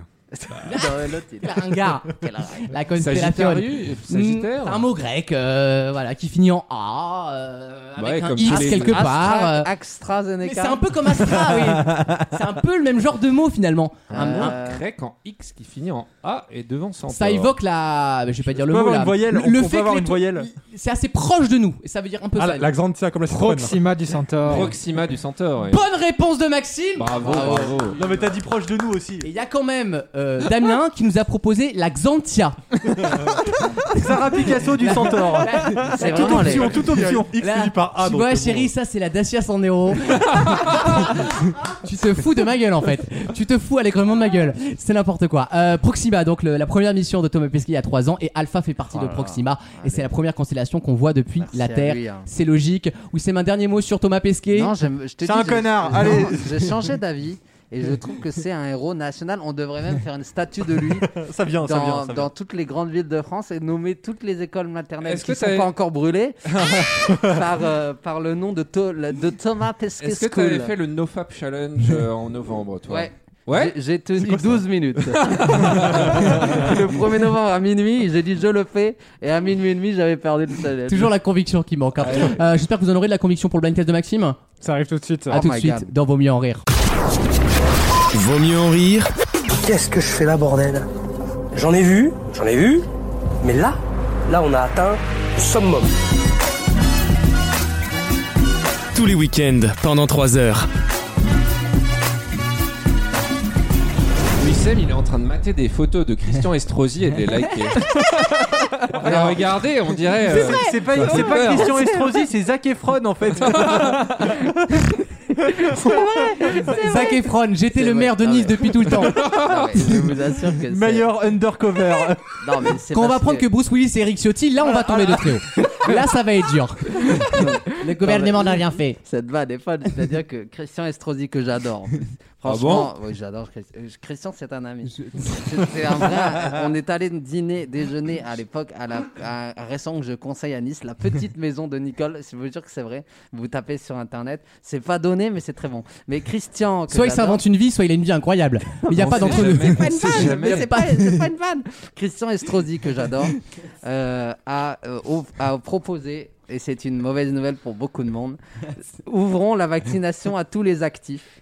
[SPEAKER 5] l'autre, il-
[SPEAKER 2] La ringard.
[SPEAKER 5] Quelle arrête.
[SPEAKER 2] La
[SPEAKER 3] Sagittaire. Mmh,
[SPEAKER 2] constellation.
[SPEAKER 3] Sagittaire.
[SPEAKER 2] Mm, c'est un mot grec, euh, voilà, qui finit en A, euh,
[SPEAKER 3] Ouais,
[SPEAKER 2] avec un
[SPEAKER 3] comme
[SPEAKER 2] X
[SPEAKER 3] tous les-
[SPEAKER 2] quelque
[SPEAKER 5] Astra-
[SPEAKER 2] part. euh. Mais c'est
[SPEAKER 5] AstraZeneca.
[SPEAKER 2] un peu comme Astra, oui. C'est un peu le même genre de mot finalement. Un- un-
[SPEAKER 5] Euh,
[SPEAKER 3] grec en X qui finit en A et devant centaure.
[SPEAKER 2] ça évoque la. mais Je vais pas dire le
[SPEAKER 6] peut
[SPEAKER 2] mot
[SPEAKER 6] avoir
[SPEAKER 2] là.
[SPEAKER 6] une voyelle,
[SPEAKER 2] Le,
[SPEAKER 6] on
[SPEAKER 2] le
[SPEAKER 6] peut
[SPEAKER 2] fait
[SPEAKER 6] avoir
[SPEAKER 2] que les
[SPEAKER 6] une
[SPEAKER 2] to-
[SPEAKER 6] voyelle.
[SPEAKER 2] C'est assez proche de nous, et ça veut dire un peu
[SPEAKER 4] Ah,
[SPEAKER 2] ça.
[SPEAKER 4] la, la grande Tia comme la Citroën. là.
[SPEAKER 7] Proxima du centaure.
[SPEAKER 3] Proxima du centaure. ouais.
[SPEAKER 2] Bonne réponse de Maxime.
[SPEAKER 3] Bravo, bravo.
[SPEAKER 6] Non, mais t'as dit proche de nous aussi.
[SPEAKER 2] Et il y a quand même euh, Damien qui nous a proposé la Xantia.
[SPEAKER 6] Sarah Picasso du Centaure.
[SPEAKER 5] C'est
[SPEAKER 2] Tout
[SPEAKER 5] vraiment les.
[SPEAKER 4] Option, toute option. X
[SPEAKER 2] Là,
[SPEAKER 4] finit par
[SPEAKER 5] Ah,
[SPEAKER 4] A.
[SPEAKER 2] tu
[SPEAKER 4] donc,
[SPEAKER 2] vois,
[SPEAKER 4] euh,
[SPEAKER 2] chérie, ça c'est la Dacia Sandero. tu te fous de ma gueule en fait. Tu te fous allègrement de ma gueule. C'est n'importe quoi. Euh, Proxima, donc le- la première mission de Thomas Pesquet il y a 3 ans, et Alpha fait partie
[SPEAKER 5] Oh
[SPEAKER 2] de
[SPEAKER 5] là là.
[SPEAKER 2] Proxima. Et
[SPEAKER 5] Allez.
[SPEAKER 2] c'est la première constellation qu'on voit depuis
[SPEAKER 5] Merci
[SPEAKER 2] la
[SPEAKER 5] à
[SPEAKER 2] Terre.
[SPEAKER 5] lui, hein.
[SPEAKER 2] C'est logique. Oui, c'est mon dernier mot sur Thomas Pesquet.
[SPEAKER 5] Non, j'aime- je te
[SPEAKER 6] C'est
[SPEAKER 5] dis,
[SPEAKER 6] un
[SPEAKER 5] j'ai-
[SPEAKER 6] connard,
[SPEAKER 5] non,
[SPEAKER 6] allez.
[SPEAKER 5] J'ai changé d'avis et je trouve que c'est un héros national. On devrait même faire une statue de lui
[SPEAKER 6] Ça
[SPEAKER 3] Oh,
[SPEAKER 6] vient, ça vient.
[SPEAKER 5] dans,
[SPEAKER 6] ça vient.
[SPEAKER 5] dans toutes les grandes villes de France et nommer toutes les écoles maternelles
[SPEAKER 3] Est-ce que
[SPEAKER 5] qui
[SPEAKER 3] Ah
[SPEAKER 5] sont
[SPEAKER 3] t'avais-
[SPEAKER 5] pas encore brûlées par, euh, par le nom de, To- de Thomas Pesquet
[SPEAKER 3] Est-ce que tu
[SPEAKER 5] School.
[SPEAKER 3] avais fait le NoFap Challenge euh, en novembre, toi
[SPEAKER 5] Ouais.
[SPEAKER 3] Ouais
[SPEAKER 5] J'ai- J'ai tenu 12 minutes. le 1er novembre à minuit, j'ai dit je le fais et à minuit et demi, j'avais perdu le salaire.
[SPEAKER 2] Toujours la conviction qui manque. hein. Euh, J'espère que vous en aurez de la conviction pour le blind test de Maxime.
[SPEAKER 7] Ça arrive tout de suite.
[SPEAKER 2] à Ah, tout de
[SPEAKER 5] Oh my
[SPEAKER 2] suite
[SPEAKER 5] God.
[SPEAKER 2] dans Vaut mieux en rire.
[SPEAKER 1] Vaut mieux en rire
[SPEAKER 8] Qu'est-ce que je fais là, bordel J'en ai vu, j'en ai vu, mais là, là, on a atteint le summum.
[SPEAKER 1] tous les week-ends pendant 3 heures.
[SPEAKER 3] Wissem, il est en train de mater des photos de Christian Estrosi et des liker. Alors, regardez, on dirait. euh,
[SPEAKER 6] C'est pas,
[SPEAKER 3] Ça
[SPEAKER 6] c'est
[SPEAKER 3] fait
[SPEAKER 6] pas
[SPEAKER 3] peur.
[SPEAKER 6] Christian Estrosi, c'est Zac Efron en fait.
[SPEAKER 2] Zac Efron, j'étais
[SPEAKER 5] C'est
[SPEAKER 2] le
[SPEAKER 5] vrai.
[SPEAKER 2] maire de
[SPEAKER 5] Ah
[SPEAKER 2] Nice
[SPEAKER 5] ouais.
[SPEAKER 2] depuis tout le temps.
[SPEAKER 5] Non, mais Ah je vous assure que c'est-
[SPEAKER 6] Meilleur undercover.
[SPEAKER 5] Non, mais c'est
[SPEAKER 2] Quand on va
[SPEAKER 5] parce
[SPEAKER 2] prendre que Bruce Willis et Eric Ciotti, là on va tomber de très haut. Là ça va être dur. Le gouvernement n'a rien fait.
[SPEAKER 5] Cette vanne est folle, c'est-à-dire que Christian Estrosi que j'adore.
[SPEAKER 2] Ah
[SPEAKER 5] Franchement, oui, j'adore Chris- euh, Christian, c'est un ami. C'est- c'est un vrai- On est allé dîner, déjeuner à l'époque à, la- à un restaurant que je conseille à Nice, la petite maison de Nicole. Je vous jure que c'est vrai. Vous tapez sur internet, c'est pas donné, mais c'est très bon. Mais Christian, que
[SPEAKER 2] Soit il
[SPEAKER 5] j'adore-
[SPEAKER 2] s'invente une vie, soit il a une vie incroyable. Mais il n'y a
[SPEAKER 3] On
[SPEAKER 2] pas
[SPEAKER 3] sait
[SPEAKER 2] d'entre-deux.
[SPEAKER 3] jamais.
[SPEAKER 5] pas une
[SPEAKER 3] C'est
[SPEAKER 5] vanne,
[SPEAKER 3] jamais-
[SPEAKER 5] mais c'est pas, c'est pas une vanne. Christian Estrosi, que j'adore, euh, a, euh, au- a proposé, et c'est une mauvaise nouvelle pour beaucoup de monde, ouvrons la vaccination à tous les actifs.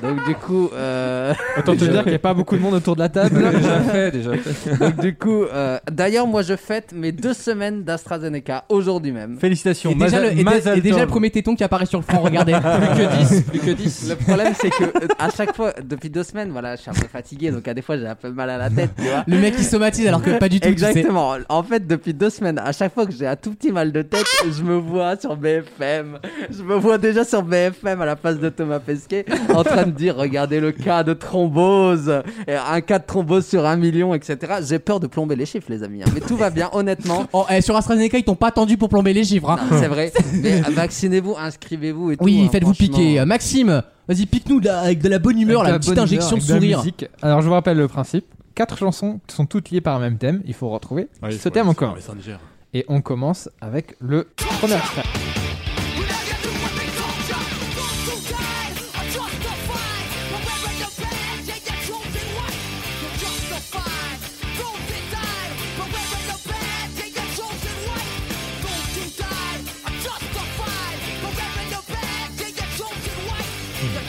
[SPEAKER 5] Donc du coup, euh,
[SPEAKER 7] Autant te dire qu'il n'y a pas beaucoup de monde autour de la table.
[SPEAKER 3] déjà fait, déjà fait.
[SPEAKER 5] donc, du coup, euh, d'ailleurs moi je fête mes deux semaines d'AstraZeneca aujourd'hui même.
[SPEAKER 6] Félicitations.
[SPEAKER 2] Et déjà,
[SPEAKER 6] Mazel-
[SPEAKER 2] le, et dé-
[SPEAKER 6] Mazel
[SPEAKER 2] et déjà
[SPEAKER 6] Tov.
[SPEAKER 2] le premier téton qui apparaît sur le front, regardez.
[SPEAKER 3] Plus que 10, plus que 10.
[SPEAKER 5] Le problème c'est que euh, à chaque fois, depuis deux semaines, voilà, je suis un peu fatigué, donc à des fois j'ai un peu mal à la tête, tu vois.
[SPEAKER 2] Le mec qui somatise alors que pas du tout. tu sais.
[SPEAKER 5] Exactement. En fait, depuis deux semaines, à chaque fois que j'ai un tout petit mal de tête, je me vois sur BFM. Je me vois déjà sur BFM à la place de Thomas Pesquet en train de dire regardez le cas de thrombose, Et un cas de thrombose sur un million, etc. J'ai peur de plomber les chiffres, les amis. hein. Mais tout va bien, honnêtement.
[SPEAKER 2] Oh, eh, sur AstraZeneca, ils t'ont pas attendu pour plomber les chiffres. hein.
[SPEAKER 5] Non, C'est vrai. Mais vaccinez-vous, inscrivez-vous et tout.
[SPEAKER 2] Oui,
[SPEAKER 5] hein,
[SPEAKER 2] faites-vous
[SPEAKER 5] franchement.
[SPEAKER 2] piquer. Euh, Maxime, vas-y, pique-nous de la- avec de la bonne humeur, la
[SPEAKER 7] Avec de
[SPEAKER 2] petite
[SPEAKER 7] bonne
[SPEAKER 2] injection
[SPEAKER 7] humeur,
[SPEAKER 2] de
[SPEAKER 7] avec la
[SPEAKER 2] sourire.
[SPEAKER 7] musique. Alors je vous rappelle le principe. Quatre chansons qui sont toutes liées par un même thème. Ah Il faut retrouver
[SPEAKER 4] Ouais,
[SPEAKER 7] ce
[SPEAKER 4] ouais,
[SPEAKER 7] thème
[SPEAKER 4] c'est-
[SPEAKER 7] encore.
[SPEAKER 4] ouais, ça ne gère.
[SPEAKER 7] Et on commence avec le premier extrait.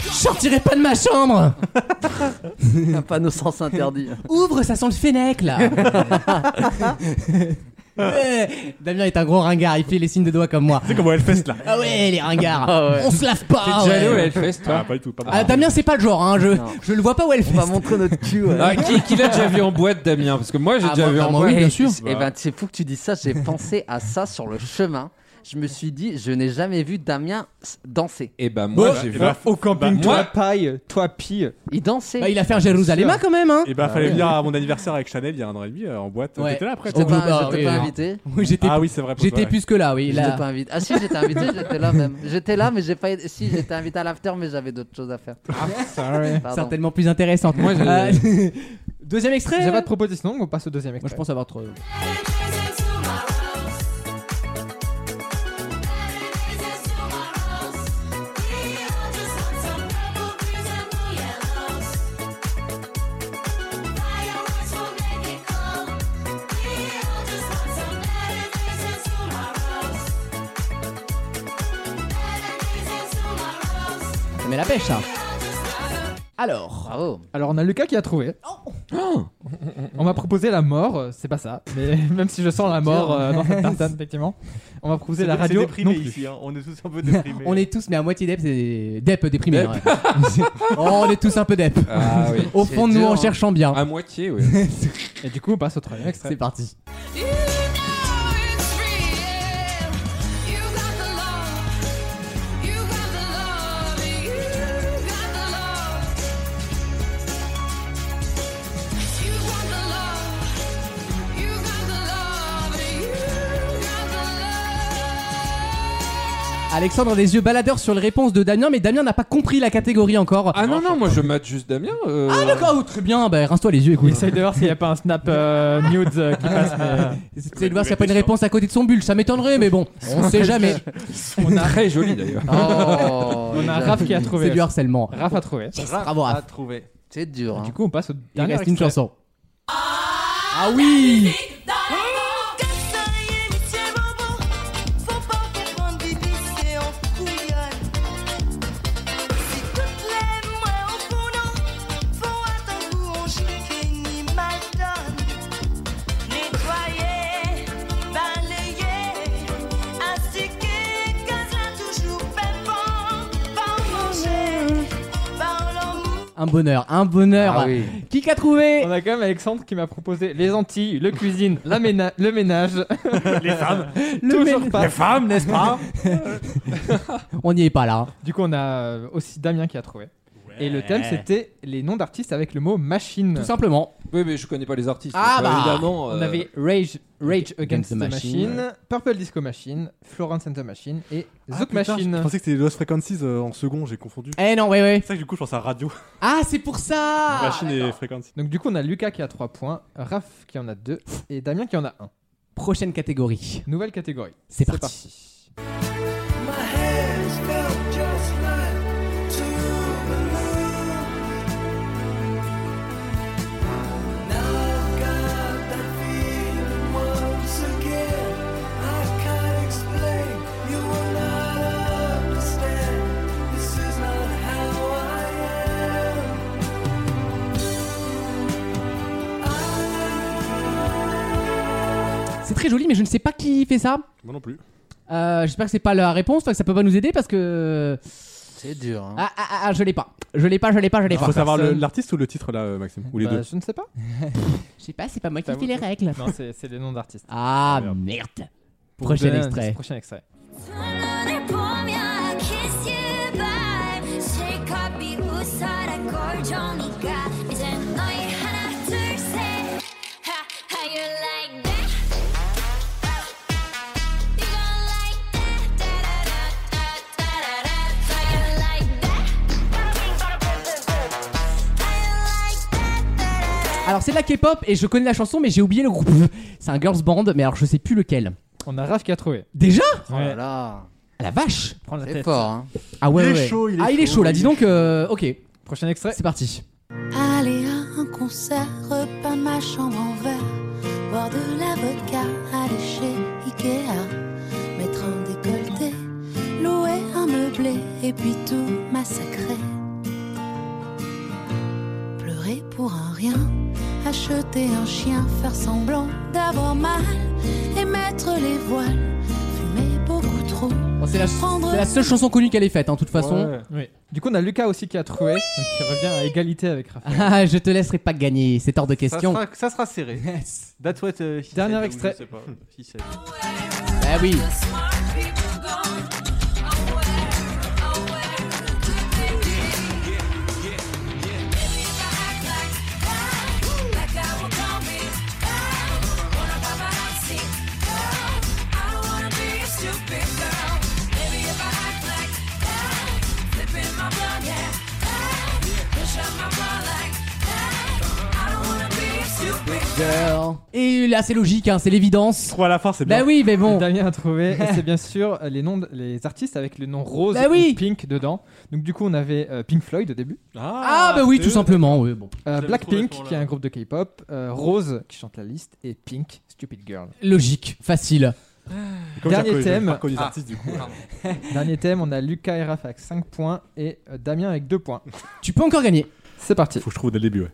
[SPEAKER 2] Je sortirai pas de ma chambre. hein.
[SPEAKER 5] Un panneau sens interdit.
[SPEAKER 2] Ouvre, ça sent le fennec là. Eh, Damien est un gros ringard, il fait les signes de doigts comme moi.
[SPEAKER 4] C'est comme au Hellfest là.
[SPEAKER 2] Ah ouais, les ringards.
[SPEAKER 5] Ah ouais.
[SPEAKER 2] On se lave pas.
[SPEAKER 3] Déjà
[SPEAKER 2] ouais.
[SPEAKER 3] allé au Hellfest,
[SPEAKER 4] Ah,
[SPEAKER 3] toi
[SPEAKER 4] pas du tout. Pas
[SPEAKER 2] Ah,
[SPEAKER 4] bon.
[SPEAKER 2] Damien, c'est pas le genre, hein. je,
[SPEAKER 5] Non.
[SPEAKER 2] je le vois pas où elle
[SPEAKER 5] On
[SPEAKER 2] fait.
[SPEAKER 5] va montrer notre cul. ouais.
[SPEAKER 3] Ah, Qui, qui l'a déjà vu en boîte, Damien Parce que moi, j'ai
[SPEAKER 2] Ah,
[SPEAKER 3] déjà
[SPEAKER 2] moi-
[SPEAKER 3] vu
[SPEAKER 2] ah,
[SPEAKER 3] en
[SPEAKER 5] Eh
[SPEAKER 2] moi,
[SPEAKER 3] boîte.
[SPEAKER 2] oui, bien sûr.
[SPEAKER 5] Et ben, c'est fou que tu dis ça. J'ai pensé à ça sur le chemin. je me suis dit, je n'ai jamais vu Damien s- danser.
[SPEAKER 3] Et bah moi,
[SPEAKER 6] Bah,
[SPEAKER 3] j'ai
[SPEAKER 6] et
[SPEAKER 3] vu.
[SPEAKER 6] bah,
[SPEAKER 7] Au camping,
[SPEAKER 3] Bah, moi-
[SPEAKER 7] toi paille, toi pille.
[SPEAKER 5] Il dansait.
[SPEAKER 8] Bah, il a fait un Jérusalem quand même, hein
[SPEAKER 6] Et bah, fallait venir à mon anniversaire avec Chanel il y a un an et demi euh, en boîte.
[SPEAKER 8] Ouais.
[SPEAKER 6] T'étais là après
[SPEAKER 5] J'étais
[SPEAKER 6] toi
[SPEAKER 8] Oh, bah,
[SPEAKER 5] pas, j'étais
[SPEAKER 8] oui,
[SPEAKER 5] pas
[SPEAKER 8] non.
[SPEAKER 5] invité.
[SPEAKER 8] Oui, j'étais
[SPEAKER 6] Ah oui, c'est vrai. pour
[SPEAKER 8] j'étais
[SPEAKER 6] toi, ouais.
[SPEAKER 8] plus que là, oui.
[SPEAKER 5] J'étais
[SPEAKER 8] Là.
[SPEAKER 5] pas invité. Ah si, j'étais invité, j'étais là même. J'étais là, mais j'ai pas. été- Si, j'étais invité à l'after, mais j'avais d'autres choses à faire.
[SPEAKER 7] Ah
[SPEAKER 5] Pardon.
[SPEAKER 8] certainement plus intéressante.
[SPEAKER 7] Moi, j'ai-
[SPEAKER 8] Euh, Deuxième extrait
[SPEAKER 7] J'ai
[SPEAKER 8] hein
[SPEAKER 7] pas de proposition, donc on passe au deuxième
[SPEAKER 8] Moi, je
[SPEAKER 7] extrait.
[SPEAKER 8] pense avoir trop. Ça met la pêche, ça. Alors.
[SPEAKER 5] Bravo.
[SPEAKER 7] Alors on a Lucas qui a trouvé. Oh On m'a proposé la mort, euh, c'est pas ça. Mais même si je sens la mort euh, dans cette personne, effectivement. On m'a proposé la radio non
[SPEAKER 2] déprimé
[SPEAKER 7] plus.
[SPEAKER 2] ici, hein. on est tous un peu déprimés.
[SPEAKER 8] On est tous, mais à moitié dep, c'est dep déprimé. hein, ouais. oh, on est tous un peu dep.
[SPEAKER 3] Ah oui.
[SPEAKER 8] Au
[SPEAKER 5] C'est
[SPEAKER 8] fond de nous,
[SPEAKER 5] dur,
[SPEAKER 8] en
[SPEAKER 5] hein.
[SPEAKER 8] cherchant bien.
[SPEAKER 3] À moitié, oui.
[SPEAKER 7] Et du coup, on passe au troisième extrait.
[SPEAKER 8] C'est parti. Alexandre a des yeux baladeurs sur les réponses de Damien, mais Damien n'a pas compris la catégorie encore.
[SPEAKER 3] Ah non, non, moi je mate juste Damien. euh,
[SPEAKER 8] Ah, d'accord, oh, très bien, bah rince-toi les yeux,
[SPEAKER 7] Il
[SPEAKER 8] écoute.
[SPEAKER 7] essaye de voir s'il n'y a pas un snap euh, nude euh, qui passe. Mais,
[SPEAKER 8] Essayez de voir s'il n'y a pas une réponse à côté de son bulle, ça m'étonnerait, mais bon, on sait jamais.
[SPEAKER 7] euh, on a,
[SPEAKER 3] Très joli d'ailleurs.
[SPEAKER 5] Oh,
[SPEAKER 7] on a
[SPEAKER 5] il
[SPEAKER 7] Raph qui a
[SPEAKER 8] C'est
[SPEAKER 7] trouvé.
[SPEAKER 8] du harcèlement.
[SPEAKER 7] Raph a trouvé.
[SPEAKER 8] Bravo,
[SPEAKER 3] Ah,
[SPEAKER 8] Raph.
[SPEAKER 2] trouvé.
[SPEAKER 5] C'est dur. hein.
[SPEAKER 7] Du coup, on passe au
[SPEAKER 8] Il
[SPEAKER 7] dernier
[SPEAKER 8] reste une
[SPEAKER 7] extrait.
[SPEAKER 8] chanson. Ah oui Un bonheur, un bonheur.
[SPEAKER 5] Ah oui.
[SPEAKER 8] Qui qu'a trouvé
[SPEAKER 7] On a quand même Alexandre qui m'a proposé les Antilles, le cuisine, la ména- le ménage.
[SPEAKER 2] Les femmes,
[SPEAKER 8] Le
[SPEAKER 7] toujours
[SPEAKER 8] mail-
[SPEAKER 7] pas.
[SPEAKER 2] femmes, n'est-ce pas
[SPEAKER 8] On n'y est pas là.
[SPEAKER 7] Du coup, on a euh, aussi Damien qui a trouvé. Et le thème, c'était les noms d'artistes avec le mot machine.
[SPEAKER 8] Tout simplement.
[SPEAKER 3] Oui, mais je connais pas les artistes.
[SPEAKER 8] Ah,
[SPEAKER 3] donc,
[SPEAKER 8] bah,
[SPEAKER 3] évidemment.
[SPEAKER 7] On
[SPEAKER 3] euh,
[SPEAKER 7] avait Rage, Rage Against,
[SPEAKER 8] Against the
[SPEAKER 7] the Machine,
[SPEAKER 8] Machine,
[SPEAKER 7] Purple Disco Machine, Florence and the Machine et
[SPEAKER 6] Ah,
[SPEAKER 7] Zouk
[SPEAKER 6] putain, Je
[SPEAKER 7] Machine.
[SPEAKER 6] pensais que c'était les Lost Frequencies euh, en second, j'ai confondu.
[SPEAKER 8] Eh non, ouais, ouais.
[SPEAKER 6] C'est ça que du coup, je pense à radio.
[SPEAKER 8] Ah, c'est pour ça
[SPEAKER 6] Machine et Frequencies.
[SPEAKER 7] Donc du coup, on a Lucas qui a 3 points, Raph qui en a 2 et Damien qui en a 1.
[SPEAKER 8] Prochaine catégorie.
[SPEAKER 7] Nouvelle catégorie. C'est
[SPEAKER 8] C'est parti.
[SPEAKER 7] parti.
[SPEAKER 8] C'est très joli, mais je ne sais pas qui fait ça.
[SPEAKER 6] Moi non plus.
[SPEAKER 8] Euh, J'espère que c'est pas la réponse, toi, que ça peut pas nous aider parce que.
[SPEAKER 5] C'est dur. hein.
[SPEAKER 8] Ah, ah, ah, ah, je l'ai pas. Je l'ai pas, je l'ai pas, je
[SPEAKER 4] Ah,
[SPEAKER 8] l'ai
[SPEAKER 6] Il
[SPEAKER 8] pas.
[SPEAKER 6] faut savoir le-
[SPEAKER 7] personne.
[SPEAKER 6] l'artiste ou le titre là, euh, Maxime Ou les
[SPEAKER 7] Bah,
[SPEAKER 6] deux
[SPEAKER 7] Je ne sais pas.
[SPEAKER 8] Je sais pas, c'est pas moi qui
[SPEAKER 7] Ça
[SPEAKER 8] fais les
[SPEAKER 7] vaut-
[SPEAKER 8] règles.
[SPEAKER 7] Non, c'est c'est les noms d'artistes.
[SPEAKER 8] Ah,
[SPEAKER 6] Merde.
[SPEAKER 8] merde.
[SPEAKER 7] Pour
[SPEAKER 8] Prochain
[SPEAKER 7] vous donner un
[SPEAKER 8] extrait.
[SPEAKER 7] indice, Prochain extrait.
[SPEAKER 8] Alors, c'est de la K-pop et je connais la chanson, mais j'ai oublié le groupe. C'est un girls band, mais alors je sais plus lequel.
[SPEAKER 7] On a Raph qui a trouvé.
[SPEAKER 8] Déjà
[SPEAKER 5] Oh là là.
[SPEAKER 8] Ah, La vache
[SPEAKER 7] Prends la
[SPEAKER 5] C'est
[SPEAKER 7] tête.
[SPEAKER 5] fort. hein.
[SPEAKER 8] Ah ouais,
[SPEAKER 6] Il est
[SPEAKER 8] ouais.
[SPEAKER 6] chaud, il est
[SPEAKER 8] Ah, il est chaud
[SPEAKER 6] chaud,
[SPEAKER 8] là,
[SPEAKER 6] il
[SPEAKER 8] dis
[SPEAKER 6] est
[SPEAKER 8] donc. euh, ok,
[SPEAKER 7] Prochain extrait.
[SPEAKER 8] c'est parti.
[SPEAKER 9] Aller à un concert, repeindre ma chambre en verre, boire de la vodka, aller chez Ikea, mettre un décolleté, louer un meublé et puis tout massacrer. Pleurer pour un rien, acheter un chien, faire semblant d'avoir mal et mettre les voiles, fumer beaucoup trop.
[SPEAKER 8] Bon, c'est la, c'est la seule chanson connue qu'elle ait faite, hein, de toute façon.
[SPEAKER 3] Ouais.
[SPEAKER 7] Oui. Du coup, on a Lucas aussi qui a trouvé, donc qui revient à égalité avec Raph.
[SPEAKER 8] Ah, je te laisserai pas gagner, c'est hors de
[SPEAKER 2] ça
[SPEAKER 8] question.
[SPEAKER 2] sera, ça sera serré. That's what, euh, he
[SPEAKER 7] Dernier
[SPEAKER 2] said, ou
[SPEAKER 7] extrait.
[SPEAKER 2] je sais pas, he said.
[SPEAKER 8] Bah
[SPEAKER 2] Ah oui. Et là, c'est logique, hein, c'est l'évidence.
[SPEAKER 4] Trois à la fin, c'est bien.
[SPEAKER 2] Bah oui, mais bon.
[SPEAKER 7] Damien a trouvé, et c'est bien sûr euh, les noms, de- les artistes avec le nom rose
[SPEAKER 2] Bah oui.
[SPEAKER 7] ou pink dedans. Donc du coup, on avait euh, Pink Floyd au début,
[SPEAKER 2] Ah, bah oui, tout simplement. Oui, bon.
[SPEAKER 6] l'avais
[SPEAKER 7] euh,
[SPEAKER 6] trouvé à ce
[SPEAKER 7] Blackpink
[SPEAKER 6] moment-là.
[SPEAKER 7] qui est un groupe de K-pop, euh, Rose qui chante la liste et Pink Stupid Girl.
[SPEAKER 2] Logique, facile.
[SPEAKER 4] Comme j'ai
[SPEAKER 7] Dernier
[SPEAKER 4] reconnu- j'ai
[SPEAKER 7] thème.
[SPEAKER 4] pas reconnu les
[SPEAKER 6] Ah.
[SPEAKER 4] artistes, du coup.
[SPEAKER 7] Dernier thème, on a Lucas et Raph avec 5 points et euh, Damien avec 2 points.
[SPEAKER 2] Tu peux encore gagner.
[SPEAKER 7] C'est parti.
[SPEAKER 4] Faut que je trouve dès le début, ouais.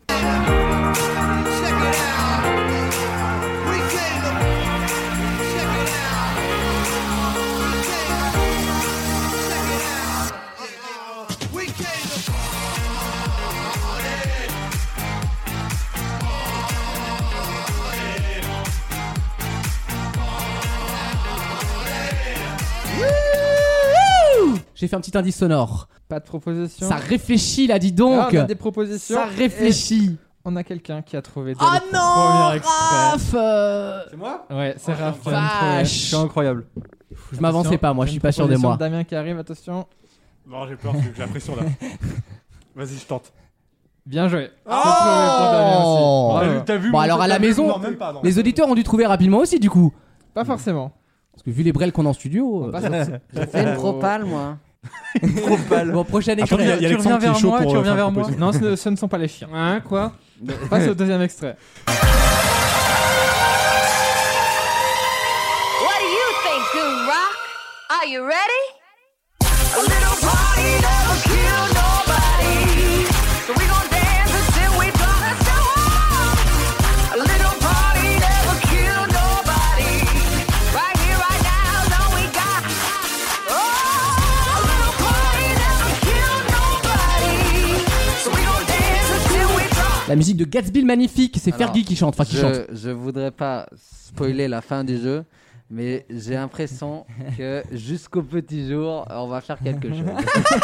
[SPEAKER 2] J'ai fait un petit indice sonore.
[SPEAKER 7] Pas de proposition.
[SPEAKER 2] Ça réfléchit là, dis
[SPEAKER 7] Ah,
[SPEAKER 2] donc.
[SPEAKER 7] on a des propositions.
[SPEAKER 2] Ça réfléchit.
[SPEAKER 7] Et On a quelqu'un qui a trouvé. dès
[SPEAKER 2] Ah
[SPEAKER 7] le premier
[SPEAKER 2] non,
[SPEAKER 7] extrait.
[SPEAKER 2] Raph euh,
[SPEAKER 7] Ouais, c'est Raph. qui a
[SPEAKER 2] vache.
[SPEAKER 7] trouvé. C'est incroyable.
[SPEAKER 2] Je m'avançais pas, moi, je
[SPEAKER 7] Une
[SPEAKER 2] suis pas sûr de
[SPEAKER 7] proposition
[SPEAKER 2] moi.
[SPEAKER 7] Damien qui arrive, attention.
[SPEAKER 4] Non, j'ai peur, j'ai la pression là. Vas-y, je tente.
[SPEAKER 7] Bien joué. C'est
[SPEAKER 2] Oh
[SPEAKER 7] trouvé pour Damien aussi. Bravo.
[SPEAKER 4] T'as vu- t'as vu
[SPEAKER 2] euh, Bon,
[SPEAKER 4] mon-
[SPEAKER 2] alors, à la
[SPEAKER 4] t'as vu-
[SPEAKER 2] maison,
[SPEAKER 4] non, même pas, non. Ah,
[SPEAKER 2] Les auditeurs ont dû trouver rapidement aussi, du coup.
[SPEAKER 7] Pas forcément.
[SPEAKER 2] Parce que vu les brels qu'on a en studio. euh,
[SPEAKER 7] Pas forcément.
[SPEAKER 5] J'ai fait une propale, moi.
[SPEAKER 2] Bon, prochain
[SPEAKER 4] Attends, il y a-
[SPEAKER 2] extrait.
[SPEAKER 4] il y a Alexandre qui est chaud pour, euh, faire une proposition.
[SPEAKER 7] Non, ce ne, ce ne sont pas les chiens. Hein, quoi On Passe au deuxième extrait.
[SPEAKER 10] What do you think, Goon Rock? Are you ready? A little party never killed nobody. So we gon' dance until we blow the stone. A little party never killed nobody. Right here, right now, is all we got. Oh, a little party never killed nobody. So we gon' dance until we drop.
[SPEAKER 2] La musique de Gatsby le Magnifique, c'est
[SPEAKER 5] Alors,
[SPEAKER 2] Fergie qui chante. Enfin, qui chante.
[SPEAKER 5] Je, je voudrais pas spoiler la fin du jeu, mais j'ai l'impression que jusqu'au petit jour, on va faire quelque chose.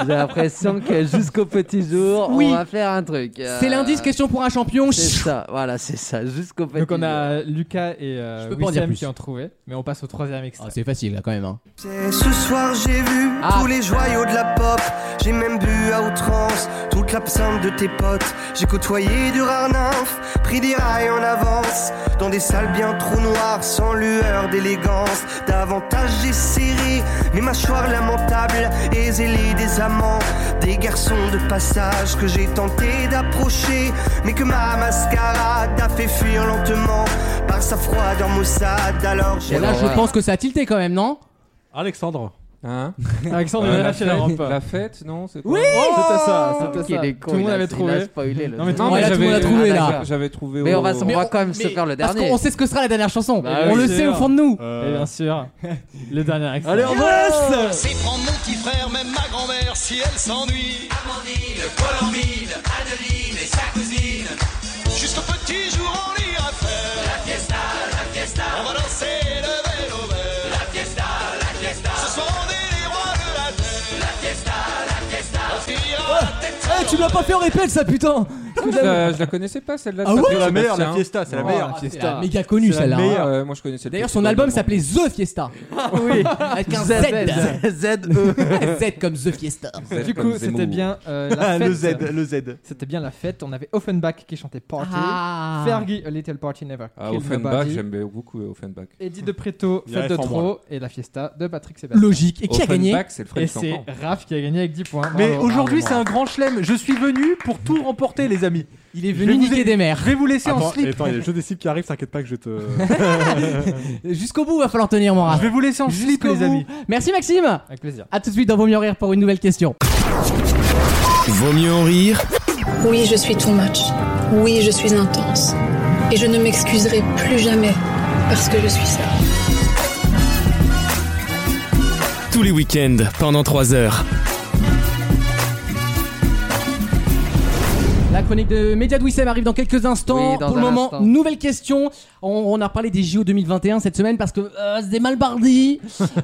[SPEAKER 5] j'ai l'impression que jusqu'au petit jour,
[SPEAKER 2] Oui.
[SPEAKER 5] on va faire un truc. Euh,
[SPEAKER 2] C'est l'indice question pour un champion.
[SPEAKER 5] C'est ça, voilà, c'est ça, jusqu'au petit
[SPEAKER 7] Donc on
[SPEAKER 5] jour.
[SPEAKER 7] a Lucas et euh,
[SPEAKER 2] Je peux pas en dire
[SPEAKER 7] Wissem
[SPEAKER 2] plus.
[SPEAKER 7] qui ont trouvé, mais on passe au troisième extrait.
[SPEAKER 2] Ah, c'est facile là quand même. hein.
[SPEAKER 8] Ce soir j'ai vu
[SPEAKER 2] Ah.
[SPEAKER 8] tous les joyaux de la pop, j'ai même bu à outrance toute l'absinthe de tes potes, j'ai côtoyé du rare nymphe, pris des rails en avance, dans des salles bien trop noires, sans lueur d'élégance, davantage j'ai serré mes mâchoires lamentables, et zélé des amants, des garçons de passage que j'ai tenté d'approcher, mais que ma mascarade a fait fuir lentement, par sa froideur maussade, alors j'ai
[SPEAKER 2] Bon, là, je
[SPEAKER 5] voilà.
[SPEAKER 2] pense que ça a tilté quand même, non
[SPEAKER 4] Alexandre.
[SPEAKER 3] Hein
[SPEAKER 7] Alexandre,
[SPEAKER 3] Euh,
[SPEAKER 7] il a
[SPEAKER 3] la,
[SPEAKER 7] lâché la rampe.
[SPEAKER 3] fête, la fête, non c'est quoi
[SPEAKER 2] Oui
[SPEAKER 7] C'était ça,
[SPEAKER 5] Ok,
[SPEAKER 7] c'était ça.
[SPEAKER 5] il est con,
[SPEAKER 7] Tout le
[SPEAKER 5] il
[SPEAKER 7] monde
[SPEAKER 5] a-
[SPEAKER 7] avait
[SPEAKER 5] Il
[SPEAKER 7] trouvé.
[SPEAKER 5] a spoilé le
[SPEAKER 7] Non, mais
[SPEAKER 5] truc.
[SPEAKER 7] tout le monde
[SPEAKER 2] Ouais, là, tout le monde a trouvé, là.
[SPEAKER 3] j'a- J'avais trouvé.
[SPEAKER 5] Mais
[SPEAKER 3] au-
[SPEAKER 5] on va, s'en- on va quand même se faire le
[SPEAKER 2] Parce
[SPEAKER 5] dernier.
[SPEAKER 2] qu'on sait ce que sera la dernière chanson.
[SPEAKER 5] Bah
[SPEAKER 2] on
[SPEAKER 7] oui,
[SPEAKER 2] le
[SPEAKER 7] c'est
[SPEAKER 2] sait au
[SPEAKER 7] sûr. Euh.
[SPEAKER 2] fond de nous.
[SPEAKER 7] Et bien sûr, le dernier extrait.
[SPEAKER 4] Allez, on va
[SPEAKER 10] C'est prendre mon petit frère, même ma grand-mère, si elle s'ennuie. Amandine, Colombine, Adeline et sa cousine. Juste au petit jour, on ira faire. La fiesta, la fiesta. On va danser le vélo vert. La fiesta, la fiesta. Ce soir, on est les rois de la terre. La fiesta, la fiesta. Ah. On finira la tête
[SPEAKER 2] Eh, tu l'as pas fait en répète ça putain
[SPEAKER 3] Je la, je la connaissais pas celle-là. de
[SPEAKER 2] Ah ouais
[SPEAKER 3] Patrick
[SPEAKER 4] la meilleure, la
[SPEAKER 3] Sébastien.
[SPEAKER 4] fiesta, c'est la
[SPEAKER 3] Non,
[SPEAKER 4] meilleure.
[SPEAKER 2] Ah, c'est la méga connue
[SPEAKER 4] C'est la
[SPEAKER 2] celle-là. hein.
[SPEAKER 4] meilleure.
[SPEAKER 3] Euh, moi je connaissais. le
[SPEAKER 2] D'ailleurs
[SPEAKER 3] petit
[SPEAKER 2] son
[SPEAKER 3] Claude
[SPEAKER 2] album
[SPEAKER 3] Lebrun.
[SPEAKER 2] s'appelait The Fiesta. oui, avec un Z.
[SPEAKER 5] ZE.
[SPEAKER 2] Z comme The Fiesta.
[SPEAKER 3] Z
[SPEAKER 7] Du
[SPEAKER 3] comme Zemmour.
[SPEAKER 7] coup, c'était bien euh, la fête.
[SPEAKER 4] Le Z, le Z.
[SPEAKER 7] C'était bien la fête. On avait Offenbach qui chantait Party.
[SPEAKER 2] Ah.
[SPEAKER 7] Fergie, A Little Party Never.
[SPEAKER 3] Ah,
[SPEAKER 7] Killed
[SPEAKER 3] Offenbach,
[SPEAKER 7] Nobody.
[SPEAKER 3] j'aime beaucoup euh, Offenbach.
[SPEAKER 7] Eddie de Preto,
[SPEAKER 4] Il y a
[SPEAKER 7] Fête de
[SPEAKER 4] F en moi,
[SPEAKER 7] Trop et la fiesta de Patrick Sébastien.
[SPEAKER 2] Logique. Et qui a gagné
[SPEAKER 3] Offenbach, c'est le
[SPEAKER 7] Et
[SPEAKER 3] Fred
[SPEAKER 7] c'est
[SPEAKER 3] Sanson.
[SPEAKER 7] Raph qui a gagné avec 10 points.
[SPEAKER 6] Mais
[SPEAKER 7] Bravo,
[SPEAKER 6] aujourd'hui, c'est
[SPEAKER 7] bravo,
[SPEAKER 6] un grand chelem. Je suis venu pour tout remporter, les amis.
[SPEAKER 2] Il est
[SPEAKER 6] Je
[SPEAKER 2] venu
[SPEAKER 6] vous
[SPEAKER 2] niquer
[SPEAKER 6] ai-
[SPEAKER 2] des
[SPEAKER 6] Je
[SPEAKER 2] mères.
[SPEAKER 6] vais vous laisser en
[SPEAKER 4] Attends, et
[SPEAKER 6] slip.
[SPEAKER 4] attends, il y a le jeu des cibles qui arrive, t'inquiète pas que je te.
[SPEAKER 2] Jusqu'au bout, va falloir tenir mon
[SPEAKER 6] Je
[SPEAKER 2] rap.
[SPEAKER 6] vais vous laisser en slip,
[SPEAKER 2] Jusqu'au
[SPEAKER 6] les amis.
[SPEAKER 2] bout. Merci Maxime.
[SPEAKER 7] bravo. Avec plaisir.
[SPEAKER 2] À tout de suite dans Vaut mieux en rire pour une nouvelle question.
[SPEAKER 1] Vaut mieux en rire
[SPEAKER 10] Oui, je suis too much. Oui, je suis intense. Et je ne m'excuserai plus jamais parce que je suis ça.
[SPEAKER 1] tous les week-ends pendant 3 heures.
[SPEAKER 2] La chronique de Média de Wissem arrive dans quelques instants.
[SPEAKER 5] Oui, dans
[SPEAKER 2] Pour le
[SPEAKER 5] un
[SPEAKER 2] moment,
[SPEAKER 5] instant.
[SPEAKER 2] nouvelle question. On, on a reparlé des JO 2021 cette semaine parce que euh, c'est mal bardi.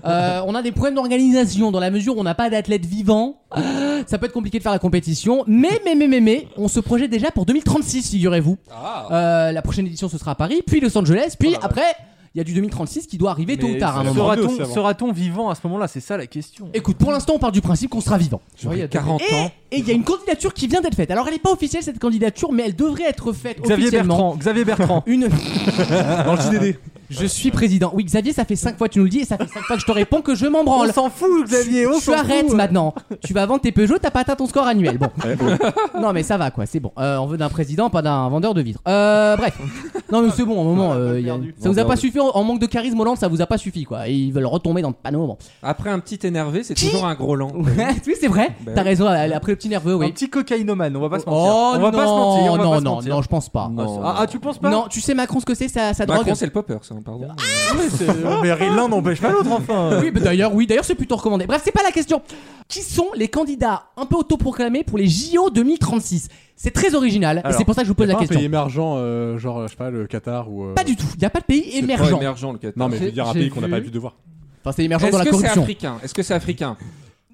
[SPEAKER 2] Euh, on a des problèmes d'organisation dans la mesure où on n'a pas d'athlètes vivants. Ça peut être compliqué de faire la compétition. Mais, mais, mais, mais, mais, on se projette déjà pour 2036, figurez-vous.
[SPEAKER 5] Ah.
[SPEAKER 2] Euh, la prochaine édition, ce sera à Paris, puis Los Angeles, puis après, il y a du 2036 qui doit arriver tôt ou
[SPEAKER 6] Mais
[SPEAKER 2] tard. à un moment.
[SPEAKER 6] Sera-t-on sera-t-on vivant à ce moment-là C'est ça la question.
[SPEAKER 2] Écoute, pour l'instant, on part du principe qu'on sera vivant.
[SPEAKER 6] il y a 40
[SPEAKER 2] Et-
[SPEAKER 6] ans.
[SPEAKER 2] Et il y a une candidature qui vient d'être faite. Alors, elle n'est pas officielle cette candidature, mais elle devrait être faite
[SPEAKER 6] Xavier
[SPEAKER 2] officiellement.
[SPEAKER 6] Bertrand. Xavier Bertrand.
[SPEAKER 2] Une.
[SPEAKER 6] Dans le JDD.
[SPEAKER 2] Je suis président. Oui, Xavier, ça fait 5 fois que tu nous le dis et ça fait 5 fois que je te réponds que je m'en branle.
[SPEAKER 6] On s'en fout, Xavier, on
[SPEAKER 2] Tu- Tu
[SPEAKER 6] s'en
[SPEAKER 2] arrêtes
[SPEAKER 6] fout.
[SPEAKER 2] maintenant. Tu vas vendre tes Peugeot, t'as pas atteint ton score annuel. Bon. Non, mais ça va quoi, c'est bon. Euh, on veut d'un président, pas d'un vendeur de vitres. Euh, bref. Non, mais c'est bon, au moment.
[SPEAKER 6] Ah,
[SPEAKER 2] euh, y a- Ça vous a
[SPEAKER 3] Vendeur
[SPEAKER 2] pas
[SPEAKER 3] de-
[SPEAKER 2] suffi en- en manque de charisme Hollande, ça vous a pas suffi quoi. Et ils veulent retomber dans le panneau. Bon.
[SPEAKER 3] Après un petit énervé, c'est
[SPEAKER 2] Qui
[SPEAKER 3] toujours un gros lent.
[SPEAKER 2] Ouais, oui, c'est vrai.
[SPEAKER 6] Ben
[SPEAKER 3] Bah
[SPEAKER 2] T'as
[SPEAKER 3] oui.
[SPEAKER 2] raison. Après le petit nerveux, oui.
[SPEAKER 6] Un petit cocaïnomane, on va pas se mentir.
[SPEAKER 2] Oh
[SPEAKER 6] on
[SPEAKER 2] non,
[SPEAKER 6] va pas se mentir, on va
[SPEAKER 2] non,
[SPEAKER 6] pas se
[SPEAKER 2] non,
[SPEAKER 6] mentir.
[SPEAKER 2] non, je pense pas.
[SPEAKER 3] Non.
[SPEAKER 6] Ah, ah, tu penses pas
[SPEAKER 2] Non, tu sais Macron ce que c'est, ça, ça drogue.
[SPEAKER 3] Macron, c'est le popper, ça, hein, pardon.
[SPEAKER 6] Oui, c'est- Mais l'un n'empêche pas l'autre, enfin.
[SPEAKER 2] Oui, bah d'ailleurs, oui, d'ailleurs, c'est plutôt recommandé. Bref, c'est pas la question. Qui sont les candidats un peu autoproclamés pour les JO 2036 C'est très original, et
[SPEAKER 6] Alors,
[SPEAKER 2] c'est pour ça que je vous
[SPEAKER 4] Y a
[SPEAKER 2] pose la
[SPEAKER 4] pas un
[SPEAKER 2] question.
[SPEAKER 4] pays émergent, euh, genre, je sais pas, le Qatar ou. euh,
[SPEAKER 2] Pas du tout. Il n'y a pas de pays
[SPEAKER 3] C'est
[SPEAKER 2] émergent.
[SPEAKER 3] pas émergent, le Qatar.
[SPEAKER 4] Non, mais je veux
[SPEAKER 7] J'ai-
[SPEAKER 4] dire un
[SPEAKER 7] j'ai
[SPEAKER 4] pays qu'on n'a
[SPEAKER 7] vu.
[SPEAKER 4] pas vu de voir.
[SPEAKER 2] Enfin, c'est émergent dans
[SPEAKER 3] Est-ce
[SPEAKER 2] la
[SPEAKER 3] que c'est
[SPEAKER 2] corruption.
[SPEAKER 3] africain Est-ce que c'est africain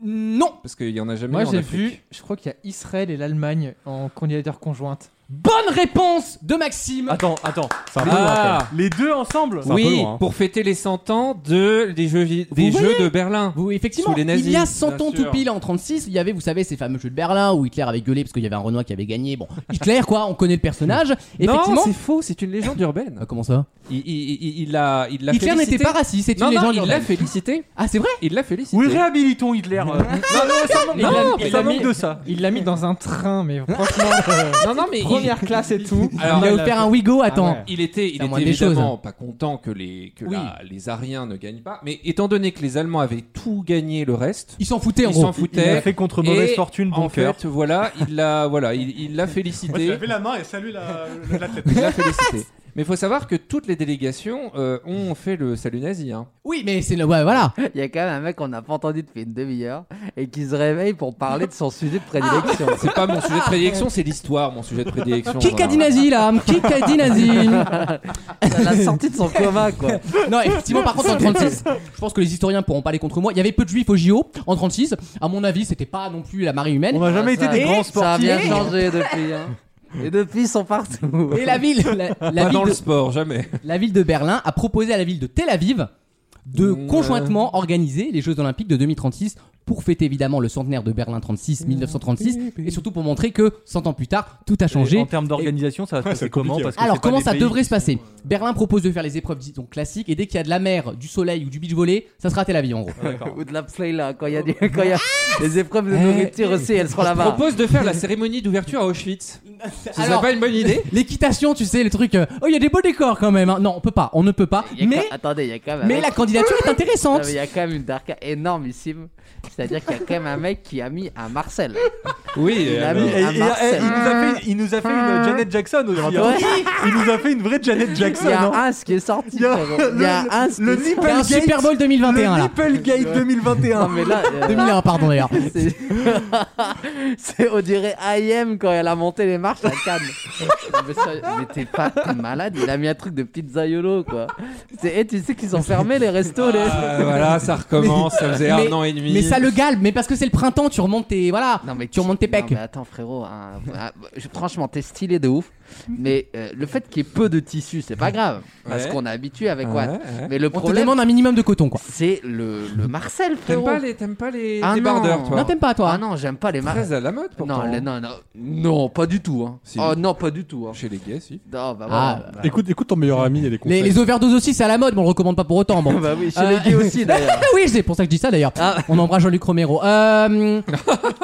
[SPEAKER 2] Non.
[SPEAKER 3] Parce qu'il y en a jamais
[SPEAKER 7] Moi
[SPEAKER 3] eu en
[SPEAKER 7] j'ai
[SPEAKER 3] Afrique.
[SPEAKER 7] vu, je crois qu'il y a Israël et l'Allemagne en candidature conjointe.
[SPEAKER 2] Bonne réponse de Maxime.
[SPEAKER 6] Attends, attends.
[SPEAKER 4] C'est un peu loin, quand
[SPEAKER 3] Ah
[SPEAKER 6] Les deux ensemble
[SPEAKER 4] un peu
[SPEAKER 3] oui,
[SPEAKER 4] loin, hein.
[SPEAKER 3] pour fêter les 100 ans de, des jeux, vi- des
[SPEAKER 2] Vous
[SPEAKER 3] jeux de Berlin.
[SPEAKER 2] Vous, effectivement,
[SPEAKER 3] Sous les nazis,
[SPEAKER 2] il y a 100
[SPEAKER 3] bien
[SPEAKER 2] ans tout
[SPEAKER 3] sûr.
[SPEAKER 2] pile en 36, il y avait, vous savez, ces fameux jeux de Berlin où Hitler avait gueulé parce qu'il y avait un Renoir qui avait gagné. Bon, Hitler, quoi, on connaît le personnage.
[SPEAKER 3] Non,
[SPEAKER 2] effectivement.
[SPEAKER 3] c'est faux, c'est une légende urbaine.
[SPEAKER 2] Ah, comment ça
[SPEAKER 3] Il, il, il, il l'a il l'a
[SPEAKER 2] Hitler
[SPEAKER 3] félicité.
[SPEAKER 2] n'était pas raciste, c'est une
[SPEAKER 3] Non, non,
[SPEAKER 2] légende
[SPEAKER 3] il l'a
[SPEAKER 2] urbaine.
[SPEAKER 3] félicité.
[SPEAKER 2] Ah, c'est vrai
[SPEAKER 3] Il l'a félicité.
[SPEAKER 6] Oui, réhabilitons Hitler. euh. non, non, ça manque,
[SPEAKER 7] Il l'a-
[SPEAKER 6] ça
[SPEAKER 7] il l'a
[SPEAKER 6] manque
[SPEAKER 7] mis-
[SPEAKER 6] de ça.
[SPEAKER 7] Il l'a mis dans un train, mais franchement, euh,
[SPEAKER 3] non, non, mais il,
[SPEAKER 7] première classe et tout.
[SPEAKER 3] Alors,
[SPEAKER 2] Il a
[SPEAKER 7] là,
[SPEAKER 2] offert
[SPEAKER 7] là,
[SPEAKER 2] un Wigo,
[SPEAKER 3] Ah
[SPEAKER 2] attends.
[SPEAKER 7] ouais.
[SPEAKER 3] il était, il
[SPEAKER 2] la
[SPEAKER 3] était
[SPEAKER 2] moindre des choses. hein.
[SPEAKER 3] évidemment pas content que les que
[SPEAKER 2] Oui.
[SPEAKER 3] la- les Ariens ne gagnent pas. Mais étant donné que les Allemands avaient tout gagné le reste,
[SPEAKER 2] Ils s'en foutaient en
[SPEAKER 3] ils
[SPEAKER 2] gros.
[SPEAKER 3] s'en
[SPEAKER 6] Il l'a
[SPEAKER 3] foutaient.
[SPEAKER 6] fait contre mauvaise
[SPEAKER 3] Et
[SPEAKER 6] fortune, bon
[SPEAKER 3] En
[SPEAKER 6] cœur.
[SPEAKER 3] fait, voilà, il l'a voilà, il il l'a félicité.
[SPEAKER 4] la main et salué l'athlète.
[SPEAKER 3] Il l'a félicité. Mais il faut savoir que toutes les délégations euh, ont fait le salut nazi. Hein.
[SPEAKER 2] Oui, mais c'est le. Ouais, voilà.
[SPEAKER 5] Il y a quand même un mec qu'on n'a pas entendu depuis une demi-heure et qui se réveille pour parler de son sujet de prédilection.
[SPEAKER 3] C'est pas mon sujet de prédilection, c'est l'histoire, mon sujet de prédilection.
[SPEAKER 2] Qui a dit nazi là Qui a dit nazi
[SPEAKER 5] C'est la sortie de son coma, quoi.
[SPEAKER 2] Non, effectivement, par contre, en 36, je pense que les historiens pourront pas aller contre moi. Il y avait peu de juifs au JO en 36. À mon avis, c'était pas non plus la marée humaine.
[SPEAKER 6] On n'a jamais été
[SPEAKER 5] Ah, Ça-
[SPEAKER 6] des grands
[SPEAKER 5] Ça a
[SPEAKER 6] sportifs.
[SPEAKER 5] bien changé depuis. hein. Et depuis, ils sont partout.
[SPEAKER 2] Et la ville, la, la
[SPEAKER 3] Pas
[SPEAKER 2] ville
[SPEAKER 3] dans le
[SPEAKER 2] de,
[SPEAKER 3] sport, jamais.
[SPEAKER 2] la ville de Berlin a proposé à la ville de Tel Aviv de
[SPEAKER 3] Ouais.
[SPEAKER 2] conjointement organiser les Jeux Olympiques de 2036 pour fêter évidemment le centenaire de Berlin 36, 1936, et surtout pour montrer que 100 ans plus tard, tout a
[SPEAKER 6] Et
[SPEAKER 2] changé.
[SPEAKER 6] En termes d'organisation, ça va se passer
[SPEAKER 4] c'est
[SPEAKER 6] comment
[SPEAKER 4] compliqué.
[SPEAKER 6] parce que c'est
[SPEAKER 2] Alors
[SPEAKER 6] pas
[SPEAKER 2] comment
[SPEAKER 6] des
[SPEAKER 2] ça
[SPEAKER 6] pays
[SPEAKER 2] devrait
[SPEAKER 6] qui
[SPEAKER 2] se passer
[SPEAKER 6] sont-
[SPEAKER 2] Berlin propose de faire les épreuves disons classiques et dès qu'il y a de la mer, du soleil ou du beach volley, ça sera Tel Aviv en gros.
[SPEAKER 5] Ou de la play là, quand il y a, du, quand il y a les épreuves de nourriture aussi, elles seront
[SPEAKER 3] Je
[SPEAKER 5] là-bas.
[SPEAKER 3] propose de faire la cérémonie d'ouverture à Auschwitz. Ce serait
[SPEAKER 2] Alors-
[SPEAKER 3] pas une bonne idée
[SPEAKER 2] L'équitation, tu sais, le truc. euh, oh, il y a des beaux décors quand même. hein. Non, on peut pas, on ne peut pas.
[SPEAKER 5] Il y a
[SPEAKER 2] Mais,
[SPEAKER 5] quand- Attendez, il y a quand même.
[SPEAKER 2] mais la candidature est
[SPEAKER 5] Non,
[SPEAKER 2] intéressante.
[SPEAKER 5] mais il y a quand même une darka énormissime. C'est-à-dire qu'il y a quand même un mec qui a mis un Marcel.
[SPEAKER 3] Oui, euh,
[SPEAKER 5] Il a
[SPEAKER 3] alors-
[SPEAKER 5] mis
[SPEAKER 6] Et- et-
[SPEAKER 5] un
[SPEAKER 6] et- et
[SPEAKER 5] Marcel.
[SPEAKER 6] il, nous a fait, il nous a fait une Janet Jackson aujourd'hui. hein. Il nous a fait une vraie Janet
[SPEAKER 5] Il y
[SPEAKER 6] Jackson.
[SPEAKER 5] a
[SPEAKER 6] hein.
[SPEAKER 5] un ce qui est sorti.
[SPEAKER 6] Il y a
[SPEAKER 5] frérot. Il y a un ce qui
[SPEAKER 6] le
[SPEAKER 5] est
[SPEAKER 2] Il
[SPEAKER 5] sorti.
[SPEAKER 2] y a un
[SPEAKER 6] Nipplegate-
[SPEAKER 2] Super Bowl 2021
[SPEAKER 6] le
[SPEAKER 2] là.
[SPEAKER 6] Nipplegate 2021.
[SPEAKER 5] Non, mais là. euh,
[SPEAKER 2] 2001, pardon d'ailleurs.
[SPEAKER 5] c'est- C'est, on dirait IM quand elle a monté les marches, la canne. mais sérieux, mais t'es pas t'es malade, il a mis un truc de pizzaiolo quoi. C'est, eh, tu sais qu'ils ont fermé les restos, les.
[SPEAKER 3] Ah, voilà, ça recommence, ça faisait
[SPEAKER 2] mais-
[SPEAKER 3] un an et demi.
[SPEAKER 2] Mais ça le galbe, mais parce que c'est le printemps, tu remontes tes. Voilà.
[SPEAKER 5] Non mais
[SPEAKER 2] Tu remontes tes
[SPEAKER 5] non,
[SPEAKER 2] pecs.
[SPEAKER 5] mais attends frérot, un- un- je- franchement t'es stylé de ouf. Mais euh, le fait qu'il y ait peu de tissu, c'est pas grave parce
[SPEAKER 3] Ouais.
[SPEAKER 5] qu'on est habitué avec
[SPEAKER 3] Ouais,
[SPEAKER 5] Watt.
[SPEAKER 3] ouais.
[SPEAKER 5] Mais le
[SPEAKER 2] On te
[SPEAKER 5] problème,
[SPEAKER 2] demande un minimum de coton quoi.
[SPEAKER 5] c'est le, le Marcel
[SPEAKER 3] T'aimes
[SPEAKER 5] frérot.
[SPEAKER 3] pas les, t'aimes pas les,
[SPEAKER 5] Ah
[SPEAKER 3] les
[SPEAKER 5] non.
[SPEAKER 3] bardeurs, toi
[SPEAKER 2] Non, t'aimes pas toi. hein.
[SPEAKER 5] Ah non, j'aime pas les Marcel.
[SPEAKER 3] Très à la mode, pourtant.
[SPEAKER 5] Non, le- non, non, non, pas du tout. Hein.
[SPEAKER 3] Si.
[SPEAKER 5] Oh non, pas du tout. Hein.
[SPEAKER 3] Chez les gays, si.
[SPEAKER 5] Non, bah,
[SPEAKER 2] Ah,
[SPEAKER 5] voilà.
[SPEAKER 4] Écoute, écoute ton meilleur ami et les
[SPEAKER 2] Les,
[SPEAKER 4] conseils.
[SPEAKER 2] les overdoses aussi, c'est à la mode, mais on le recommande pas pour autant. Bon.
[SPEAKER 5] Bah oui, chez
[SPEAKER 2] Euh,
[SPEAKER 5] les gays aussi d'ailleurs.
[SPEAKER 2] Ah oui, c'est pour ça que je dis ça d'ailleurs.
[SPEAKER 5] Ah.
[SPEAKER 2] On embrasse Jean-Luc Romero. Euh,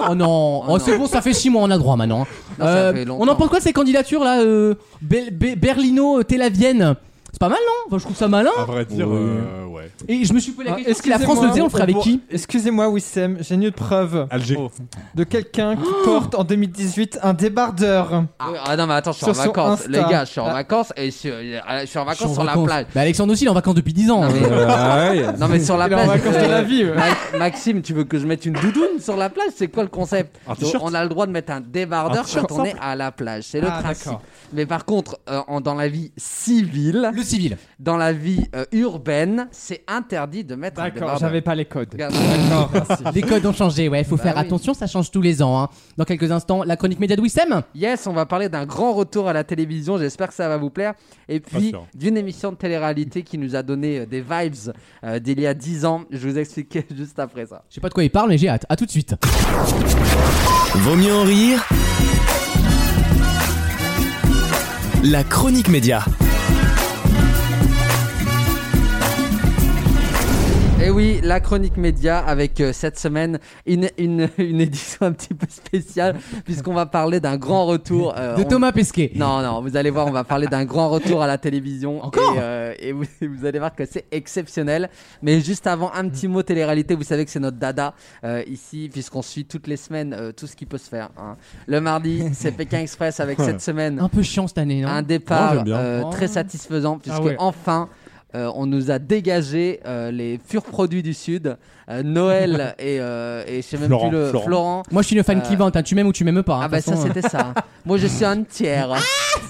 [SPEAKER 2] oh non, Oh, c'est bon, ça fait 6 mois, on a droit maintenant. hein.
[SPEAKER 5] Non, ça fait longtemps.
[SPEAKER 2] on en pense quoi de ces candidatures là euh, Be- Be- Berlino, euh, Tel Avienne C'est pas mal, non Enfin, Je trouve ça malin.
[SPEAKER 4] À vrai dire,
[SPEAKER 2] Ouais.
[SPEAKER 4] euh, ouais.
[SPEAKER 2] Et je me suis posé la
[SPEAKER 7] Ah,
[SPEAKER 2] question si la France
[SPEAKER 7] excusez-moi,
[SPEAKER 2] le faisait, on le ferait avec
[SPEAKER 7] pour-
[SPEAKER 2] qui
[SPEAKER 7] Excusez-moi, Wissem, j'ai une autre preuve.
[SPEAKER 4] Alger.
[SPEAKER 7] De quelqu'un qui
[SPEAKER 6] Oh
[SPEAKER 7] porte en 2018 un débardeur.
[SPEAKER 5] Ah, non, mais attends, je suis
[SPEAKER 7] Sur
[SPEAKER 5] en
[SPEAKER 7] son
[SPEAKER 5] vacances.
[SPEAKER 7] Insta.
[SPEAKER 5] Les gars, je suis en
[SPEAKER 7] Ah.
[SPEAKER 5] vacances et je suis, euh, je suis en
[SPEAKER 2] Je suis
[SPEAKER 5] vacances
[SPEAKER 2] en
[SPEAKER 5] sur la
[SPEAKER 2] vacances.
[SPEAKER 5] plage.
[SPEAKER 2] Bah, Alexandre aussi, il est en vacances depuis 10 ans. hein.
[SPEAKER 5] mais-
[SPEAKER 3] ouais.
[SPEAKER 5] Non, mais sur la
[SPEAKER 7] Il est en
[SPEAKER 5] plage.
[SPEAKER 7] vacances de la vie, ouais.
[SPEAKER 5] Ma- Maxime, tu veux que je mette une doudoune sur la plage C'est quoi le concept
[SPEAKER 4] Un
[SPEAKER 5] Donc,
[SPEAKER 4] t-shirt.
[SPEAKER 5] On a le droit de mettre un
[SPEAKER 4] Un
[SPEAKER 5] débardeur
[SPEAKER 4] t-shirt
[SPEAKER 5] quand on est
[SPEAKER 4] simple.
[SPEAKER 5] à la plage. C'est le
[SPEAKER 7] Ah,
[SPEAKER 5] principe.
[SPEAKER 7] d'accord.
[SPEAKER 5] Mais par contre, euh, en- dans la vie civile,
[SPEAKER 2] Le civil.
[SPEAKER 5] dans la vie euh, urbaine, c'est interdit de mettre un
[SPEAKER 7] D'accord,
[SPEAKER 5] débardeur.
[SPEAKER 7] j'avais pas les codes.
[SPEAKER 5] Regarde.
[SPEAKER 7] D'accord, merci.
[SPEAKER 2] Les codes ont changé, ouais, faut
[SPEAKER 5] Bah
[SPEAKER 2] faire
[SPEAKER 5] oui.
[SPEAKER 2] attention, ça change tous les ans. hein. Dans quelques instants, la chronique média de Wissem
[SPEAKER 5] Yes, on va parler d'un grand retour à la télévision, j'espère que ça va vous plaire. Et puis
[SPEAKER 4] sûr.
[SPEAKER 5] d'une émission de télé-réalité qui nous a donné euh, des vibes euh, d'il y a 10 ans. Je vous expliquais juste après ça.
[SPEAKER 2] Je sais pas de quoi il parle, mais j'ai hâte. À tout de suite.
[SPEAKER 1] Vaut mieux en rire. La chronique média.
[SPEAKER 5] Et oui, la chronique média avec euh, cette semaine une, une, une édition un petit peu spéciale puisqu'on va parler d'un grand retour. euh,
[SPEAKER 2] De
[SPEAKER 5] on-
[SPEAKER 2] Thomas Pesquet.
[SPEAKER 5] Non, non, vous allez voir, on va parler d'un grand retour à la télévision.
[SPEAKER 2] Encore
[SPEAKER 5] Et, euh, et vous, vous allez voir que c'est exceptionnel. Mais juste avant, un petit mot télé-réalité. Vous savez que c'est notre dada euh, ici, puisqu'on suit toutes les semaines euh, tout ce qui peut se faire. hein. Le mardi, c'est Pékin Express avec cette semaine
[SPEAKER 2] Un peu chiant cette année, non
[SPEAKER 5] un
[SPEAKER 4] Moi,
[SPEAKER 5] départ
[SPEAKER 4] j'aime bien. Ah
[SPEAKER 5] euh,
[SPEAKER 2] Oh.
[SPEAKER 5] très satisfaisant, puisque
[SPEAKER 7] ouais.
[SPEAKER 5] enfin. euh, on nous a dégagé euh, les purs produits du Sud, euh, Noël et, euh, et je sais même
[SPEAKER 4] Florent,
[SPEAKER 5] plus le
[SPEAKER 4] Florent.
[SPEAKER 5] Florent.
[SPEAKER 2] Moi, je suis une fan
[SPEAKER 5] Euh,
[SPEAKER 2] clivante, hein. tu m'aimes ou tu m'aimes pas. hein,
[SPEAKER 5] Ah
[SPEAKER 2] de
[SPEAKER 5] bah
[SPEAKER 2] toute
[SPEAKER 5] ça
[SPEAKER 2] façon, hein.
[SPEAKER 5] c'était ça. Moi je suis un tiers.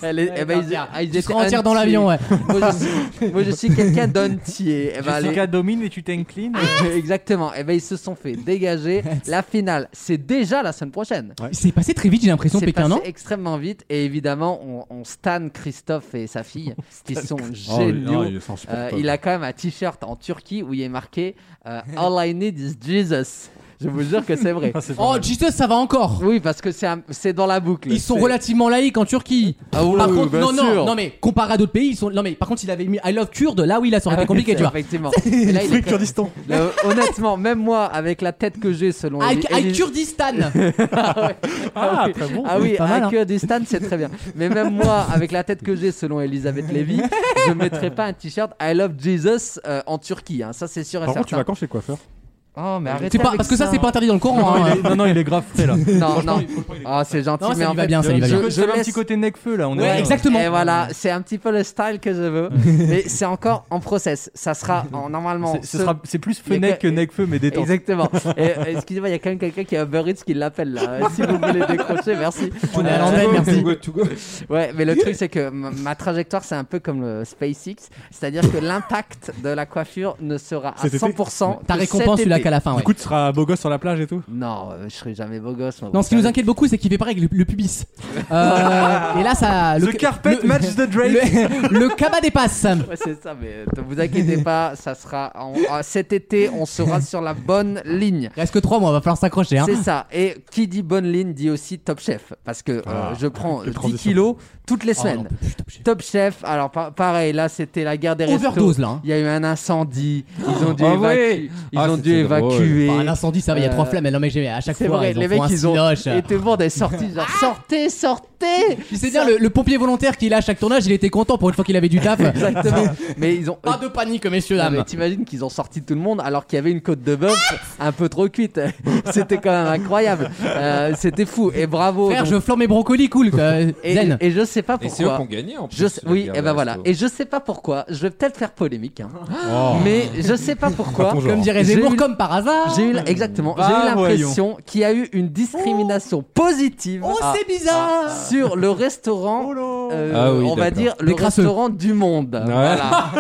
[SPEAKER 5] Elle est- eh ben, ils- ah, ils
[SPEAKER 2] Ah, hein. Tu
[SPEAKER 5] étaient
[SPEAKER 2] seras entière dans
[SPEAKER 5] un tiers.
[SPEAKER 2] l'avion, ouais.
[SPEAKER 5] Moi je suis, moi, je suis quelqu'un d'entier. Eh ben, allez.
[SPEAKER 6] Jessica domine et tu t'inclines.
[SPEAKER 5] Exactement. Et ben ils se sont fait dégager. La finale, c'est déjà la semaine prochaine.
[SPEAKER 2] C'est passé très vite, j'ai l'impression,
[SPEAKER 5] C'est
[SPEAKER 2] Pékin,
[SPEAKER 5] passé
[SPEAKER 2] non
[SPEAKER 5] extrêmement vite et évidemment on, on stan Christophe et sa fille qui sont
[SPEAKER 4] Oh, il-
[SPEAKER 5] géniaux.
[SPEAKER 4] non, il est
[SPEAKER 5] Euh,
[SPEAKER 4] insupportable.
[SPEAKER 5] il a quand même un t-shirt en Turquie où il est marqué euh, All I need is Jesus. Je vous jure que c'est
[SPEAKER 4] Ah,
[SPEAKER 5] vrai.
[SPEAKER 2] Oh, Jesus, ça va encore.
[SPEAKER 5] Oui, parce que c'est un- c'est dans la boucle.
[SPEAKER 2] Ils sont
[SPEAKER 5] C'est-
[SPEAKER 2] relativement laïques en Turquie.
[SPEAKER 5] Ah oui,
[SPEAKER 2] par
[SPEAKER 5] oui,
[SPEAKER 2] contre,
[SPEAKER 5] bien
[SPEAKER 2] non, non,
[SPEAKER 5] sûr.
[SPEAKER 2] non, mais comparé à d'autres pays, ils sont. Non, mais par contre, il avait mis I love Kurde, là oui, là, ça aurait été compliqué, tu vois.
[SPEAKER 5] Ah Effectivement. Et là, il est
[SPEAKER 4] Free
[SPEAKER 5] quand-
[SPEAKER 4] Kurdistan.
[SPEAKER 5] Là, honnêtement, même moi, avec la tête que j'ai, selon.
[SPEAKER 2] I,
[SPEAKER 5] Eli-
[SPEAKER 2] I
[SPEAKER 5] Eli-
[SPEAKER 2] Kurdistan
[SPEAKER 5] Ah, oui. Ah oui,
[SPEAKER 2] Pas mal, hein.
[SPEAKER 5] I Kurdistan, c'est très bien. Mais même moi, avec la tête que j'ai, selon Elisabeth Lévy, je ne mettrais pas un t-shirt I Love Jesus euh, en Turquie. hein. Ça, c'est sûr et
[SPEAKER 4] Par contre, tu
[SPEAKER 5] certain.
[SPEAKER 4] vas quand chez le coiffeur
[SPEAKER 5] Oh, mais arrêtez.
[SPEAKER 2] C'est pas-
[SPEAKER 5] avec
[SPEAKER 2] Parce que ça,
[SPEAKER 5] ça.
[SPEAKER 2] c'est pas interdit dans le Coran. hein.
[SPEAKER 6] Non, non, il est grave fait là.
[SPEAKER 5] Non, non. Ah, c'est gentil,
[SPEAKER 2] Non, ça
[SPEAKER 5] mais
[SPEAKER 2] lui
[SPEAKER 5] en
[SPEAKER 2] va
[SPEAKER 5] fait,
[SPEAKER 2] bien, ça lui va
[SPEAKER 5] je-
[SPEAKER 2] bien.
[SPEAKER 5] je
[SPEAKER 6] J'avais un
[SPEAKER 5] laisse-
[SPEAKER 6] petit côté neck feu là. On
[SPEAKER 2] Ouais,
[SPEAKER 6] est
[SPEAKER 2] exactement.
[SPEAKER 5] Et voilà, c'est un petit peu le style que je veux. mais c'est encore en process. Ça sera en, normalement.
[SPEAKER 6] C'est- ce
[SPEAKER 5] ce-
[SPEAKER 6] sera- C'est plus
[SPEAKER 5] Il y a
[SPEAKER 6] fenêtre
[SPEAKER 5] que-
[SPEAKER 6] que neck feu, mais détente.
[SPEAKER 5] Exactement. Et, euh, Excusez-moi, il y a quand même quelqu'un qui a Uber Eats qui l'appelle là. Euh, Si vous voulez décrocher, merci.
[SPEAKER 2] On est à
[SPEAKER 5] Euh,
[SPEAKER 2] l'antenne, merci.
[SPEAKER 5] Ouais, mais le truc c'est que ma, ma trajectoire c'est un peu comme le SpaceX, c'est-à-dire que l'impact de la coiffure ne sera à
[SPEAKER 4] Cet été.
[SPEAKER 5] 100%.
[SPEAKER 2] Ta
[SPEAKER 5] que
[SPEAKER 2] récompense,
[SPEAKER 5] cet
[SPEAKER 2] celui-là
[SPEAKER 5] été.
[SPEAKER 2] qu'à la fin, ouais.
[SPEAKER 4] Du coup, tu seras beau gosse sur la plage et tout
[SPEAKER 5] Non, euh, je serai jamais beau gosse. moi,
[SPEAKER 2] Non,
[SPEAKER 5] vous
[SPEAKER 2] ce qui nous
[SPEAKER 5] savez.
[SPEAKER 2] inquiète beaucoup, c'est qu'il fait pareil avec le, le pubis. Euh, et là, ça.
[SPEAKER 6] The carpet
[SPEAKER 2] le,
[SPEAKER 6] match the drape.
[SPEAKER 2] le, le cabas dépasse.
[SPEAKER 5] Ouais, c'est ça, mais euh, ne vous inquiétez pas, ça sera en- ah, cet été, on sera sur la bonne ligne.
[SPEAKER 2] Reste que 3 mois, va falloir s'accrocher. Hein.
[SPEAKER 5] C'est ça. Et qui dit bonne ligne dit aussi Top Chef. Parce que euh,
[SPEAKER 4] Ah,
[SPEAKER 5] je prends
[SPEAKER 4] quelle
[SPEAKER 5] 10
[SPEAKER 4] transition.
[SPEAKER 5] kilos toutes les
[SPEAKER 2] Oh,
[SPEAKER 5] semaines.
[SPEAKER 2] non, putain, putain.
[SPEAKER 5] Top Chef, alors pa- pareil, là c'était la guerre des restos.
[SPEAKER 2] Overdose là. hein.
[SPEAKER 5] Il y a eu un incendie, ils ont dû,
[SPEAKER 3] Ah
[SPEAKER 5] évacuer,
[SPEAKER 3] ouais.
[SPEAKER 5] ils
[SPEAKER 3] Ah,
[SPEAKER 5] ont dû
[SPEAKER 3] c'était drôle.
[SPEAKER 5] évacuer.
[SPEAKER 2] Bah, un incendie, ça va, il y a
[SPEAKER 5] Euh,
[SPEAKER 2] trois flammes. Mais non, mais j'ai- à chaque
[SPEAKER 5] C'est
[SPEAKER 2] fois,
[SPEAKER 5] vrai,
[SPEAKER 2] ils
[SPEAKER 5] les
[SPEAKER 2] ont
[SPEAKER 5] mecs
[SPEAKER 2] font un
[SPEAKER 5] ils ont
[SPEAKER 2] cinoche.
[SPEAKER 5] été bon des sorties, genre
[SPEAKER 2] Ah
[SPEAKER 5] sortez, sortez
[SPEAKER 2] Tu sais bien, le, le pompier volontaire qui est là à chaque tournage, il était content pour une fois qu'il avait du taf.
[SPEAKER 5] Exactement. Mais ils ont. euh,
[SPEAKER 2] Pas de panique, messieurs,
[SPEAKER 5] Non,
[SPEAKER 2] dames.
[SPEAKER 5] mais T'imagines qu'ils ont sorti tout le monde alors qu'il y avait une côte de bœuf un peu trop cuite. C'était quand même incroyable. Euh, C'était fou et bravo.
[SPEAKER 2] Frère,
[SPEAKER 5] donc-
[SPEAKER 2] je flambe mes brocolis, cool. euh,
[SPEAKER 5] et,
[SPEAKER 2] Zen.
[SPEAKER 5] et je sais pas
[SPEAKER 3] Et c'est eux qui ont
[SPEAKER 5] pourquoi.
[SPEAKER 3] gagné en plus.
[SPEAKER 5] Je sais-
[SPEAKER 3] la
[SPEAKER 5] oui,
[SPEAKER 3] guerre
[SPEAKER 5] et
[SPEAKER 3] des
[SPEAKER 5] ben voilà.
[SPEAKER 3] restos.
[SPEAKER 5] Et je sais pas pourquoi. Je vais peut-être faire polémique, hein.
[SPEAKER 4] Oh.
[SPEAKER 5] mais je sais pas pourquoi.
[SPEAKER 4] Pas ton genre.
[SPEAKER 2] Comme dirait
[SPEAKER 5] J'ai
[SPEAKER 2] Zemmour,
[SPEAKER 5] eu-
[SPEAKER 2] comme par hasard.
[SPEAKER 5] J'ai eu la- exactement.
[SPEAKER 6] Bah,
[SPEAKER 5] J'ai eu
[SPEAKER 6] voyons.
[SPEAKER 5] l'impression qu'il y a eu une discrimination positive
[SPEAKER 2] Oh,
[SPEAKER 5] à-
[SPEAKER 2] c'est bizarre.
[SPEAKER 5] sur le restaurant. euh,
[SPEAKER 3] Ah oui,
[SPEAKER 5] on va
[SPEAKER 3] d'accord.
[SPEAKER 5] dire le
[SPEAKER 2] Des crasseux.
[SPEAKER 5] restaurant du monde. Voilà.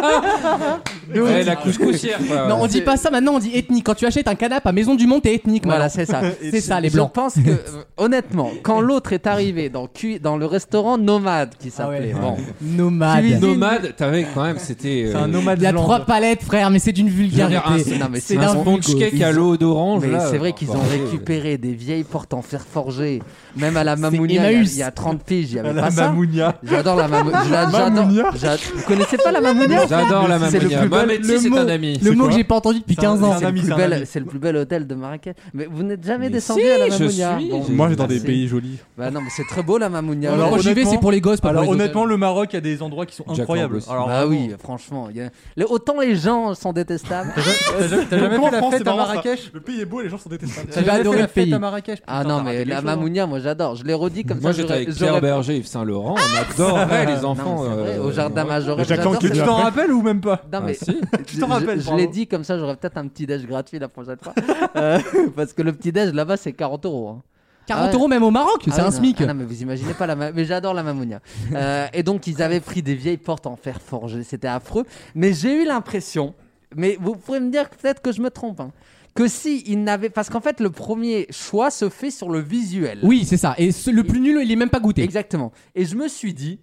[SPEAKER 5] Nous,
[SPEAKER 3] Ouais, la couscoussière
[SPEAKER 5] ah,
[SPEAKER 3] quoi.
[SPEAKER 2] Non, on dit pas ça maintenant, on dit ethnique. Quand tu achètes un canapé à Maison du Monde, t'es ethnique.
[SPEAKER 5] Voilà,
[SPEAKER 2] maintenant.
[SPEAKER 5] c'est ça.
[SPEAKER 2] c'est ça, les
[SPEAKER 5] Je
[SPEAKER 2] blancs.
[SPEAKER 5] pense que, euh, honnêtement, quand l'autre est arrivé dans, cu- dans le restaurant Nomade qui s'appelait, bon,
[SPEAKER 2] Nomade.
[SPEAKER 5] Cuisine.
[SPEAKER 3] Nomade, t'avais quand même, c'était.
[SPEAKER 6] C'est un nomade
[SPEAKER 2] Il y a
[SPEAKER 6] blanc.
[SPEAKER 2] trois palettes, frère, mais c'est d'une
[SPEAKER 5] Je veux dire,
[SPEAKER 2] vulgarité.
[SPEAKER 5] un- non, mais
[SPEAKER 2] C'est
[SPEAKER 5] c'est un
[SPEAKER 2] d'un
[SPEAKER 5] bon
[SPEAKER 3] beefcake à l'eau d'orange.
[SPEAKER 5] Mais
[SPEAKER 3] là,
[SPEAKER 5] c'est vrai
[SPEAKER 3] euh,
[SPEAKER 5] qu'ils
[SPEAKER 3] bah,
[SPEAKER 5] ont
[SPEAKER 3] ouais.
[SPEAKER 5] récupéré des vieilles portes en fer forgé. Même à la Mamounia, il y a-
[SPEAKER 6] Emmaüs.
[SPEAKER 5] il y a 30 piges, il y
[SPEAKER 6] À
[SPEAKER 5] avait
[SPEAKER 6] la
[SPEAKER 5] pas ça.
[SPEAKER 6] Mamounia.
[SPEAKER 5] J'adore la Mamounia.
[SPEAKER 6] Mamounia.
[SPEAKER 5] J'adore. j'a- Vous connaissez pas la Mamounia
[SPEAKER 3] J'adore la
[SPEAKER 5] C'est le
[SPEAKER 3] Mamounia.
[SPEAKER 5] plus bel-
[SPEAKER 3] Mametti,
[SPEAKER 5] le
[SPEAKER 3] c'est
[SPEAKER 5] mot-
[SPEAKER 3] un ami.
[SPEAKER 5] le
[SPEAKER 3] C'est
[SPEAKER 5] mot
[SPEAKER 3] quoi
[SPEAKER 5] que j'ai pas entendu depuis
[SPEAKER 6] C'est un-
[SPEAKER 5] 15
[SPEAKER 6] c'est
[SPEAKER 5] ans.
[SPEAKER 6] un
[SPEAKER 5] C'est le
[SPEAKER 6] ami,
[SPEAKER 5] plus
[SPEAKER 6] c'est un
[SPEAKER 5] bel-
[SPEAKER 6] ami.
[SPEAKER 5] C'est le plus bel hôtel de Marrakech. Mais vous n'êtes jamais
[SPEAKER 6] Mais
[SPEAKER 5] descendu
[SPEAKER 6] si,
[SPEAKER 5] à la
[SPEAKER 6] je
[SPEAKER 5] Mamounia.
[SPEAKER 6] suis,
[SPEAKER 5] Bon,
[SPEAKER 6] j'ai- Moi, j'ai
[SPEAKER 5] bah,
[SPEAKER 6] dans des
[SPEAKER 5] c'est-
[SPEAKER 6] pays jolis.
[SPEAKER 5] Bah non, mais c'est très beau la Mamounia.
[SPEAKER 6] Alors,
[SPEAKER 5] Honnêtement-
[SPEAKER 6] honnêtement- Alors,
[SPEAKER 5] Alors,
[SPEAKER 6] honnêtement, le Maroc a des endroits qui sont
[SPEAKER 5] Jack
[SPEAKER 6] incroyables.
[SPEAKER 5] Lamb aussi.
[SPEAKER 6] Alors,
[SPEAKER 5] bah
[SPEAKER 6] vraiment.
[SPEAKER 5] oui, franchement. il y a- le- Autant les gens sont détestables.
[SPEAKER 6] t'as jamais- t'as jamais
[SPEAKER 5] Autant
[SPEAKER 6] fait
[SPEAKER 5] en
[SPEAKER 6] la
[SPEAKER 5] France,
[SPEAKER 6] fête
[SPEAKER 5] c'est
[SPEAKER 6] à
[SPEAKER 5] marrant, ça.
[SPEAKER 6] Marrakech
[SPEAKER 4] Le pays est beau, les gens sont détestables.
[SPEAKER 5] Tu vas adorer le pays. ah
[SPEAKER 6] putain,
[SPEAKER 5] non,
[SPEAKER 6] t'as raté
[SPEAKER 5] mais
[SPEAKER 6] quelque
[SPEAKER 5] la
[SPEAKER 6] chose, hein.
[SPEAKER 5] Mamounia, moi j'adore. Je l'ai redit comme
[SPEAKER 3] Moi
[SPEAKER 5] ça.
[SPEAKER 3] j'étais
[SPEAKER 5] j'aurais-
[SPEAKER 3] avec Pierre
[SPEAKER 5] j'aurais-
[SPEAKER 3] Berger, Yves Saint-Laurent, on adorait les enfants.
[SPEAKER 5] Non, mais c'est vrai,
[SPEAKER 3] euh,
[SPEAKER 5] au jardin majoré.
[SPEAKER 3] Jacques
[SPEAKER 5] j'adore
[SPEAKER 3] Anquetil.
[SPEAKER 5] cette-
[SPEAKER 3] Tu t'en rappelles
[SPEAKER 6] ou même pas
[SPEAKER 5] Non, mais
[SPEAKER 3] Ah, si.
[SPEAKER 6] Tu t'en
[SPEAKER 5] je-
[SPEAKER 6] rappelles,
[SPEAKER 5] Je,
[SPEAKER 6] bravo.
[SPEAKER 5] l'ai dit comme ça, j'aurais peut-être un petit déj gratuit la prochaine fois. Euh, parce que le petit déj là-bas, c'est 40 euros. hein.
[SPEAKER 2] 40 euros même au Maroc,
[SPEAKER 5] Ah
[SPEAKER 2] c'est
[SPEAKER 5] oui,
[SPEAKER 2] un
[SPEAKER 5] non,
[SPEAKER 2] SMIC.
[SPEAKER 5] ah non, mais vous imaginez pas la ma- mais j'adore la mamounia. Euh, et donc ils avaient pris des vieilles portes en fer forgé, c'était affreux. Mais j'ai eu l'impression, mais vous pouvez me dire peut-être que je me trompe, hein, que si ils n'avaient, parce qu'en fait le premier choix se fait sur le visuel.
[SPEAKER 2] Oui, c'est ça. Et ce- le plus nul, il est même pas goûté.
[SPEAKER 5] Exactement. Et je me suis dit,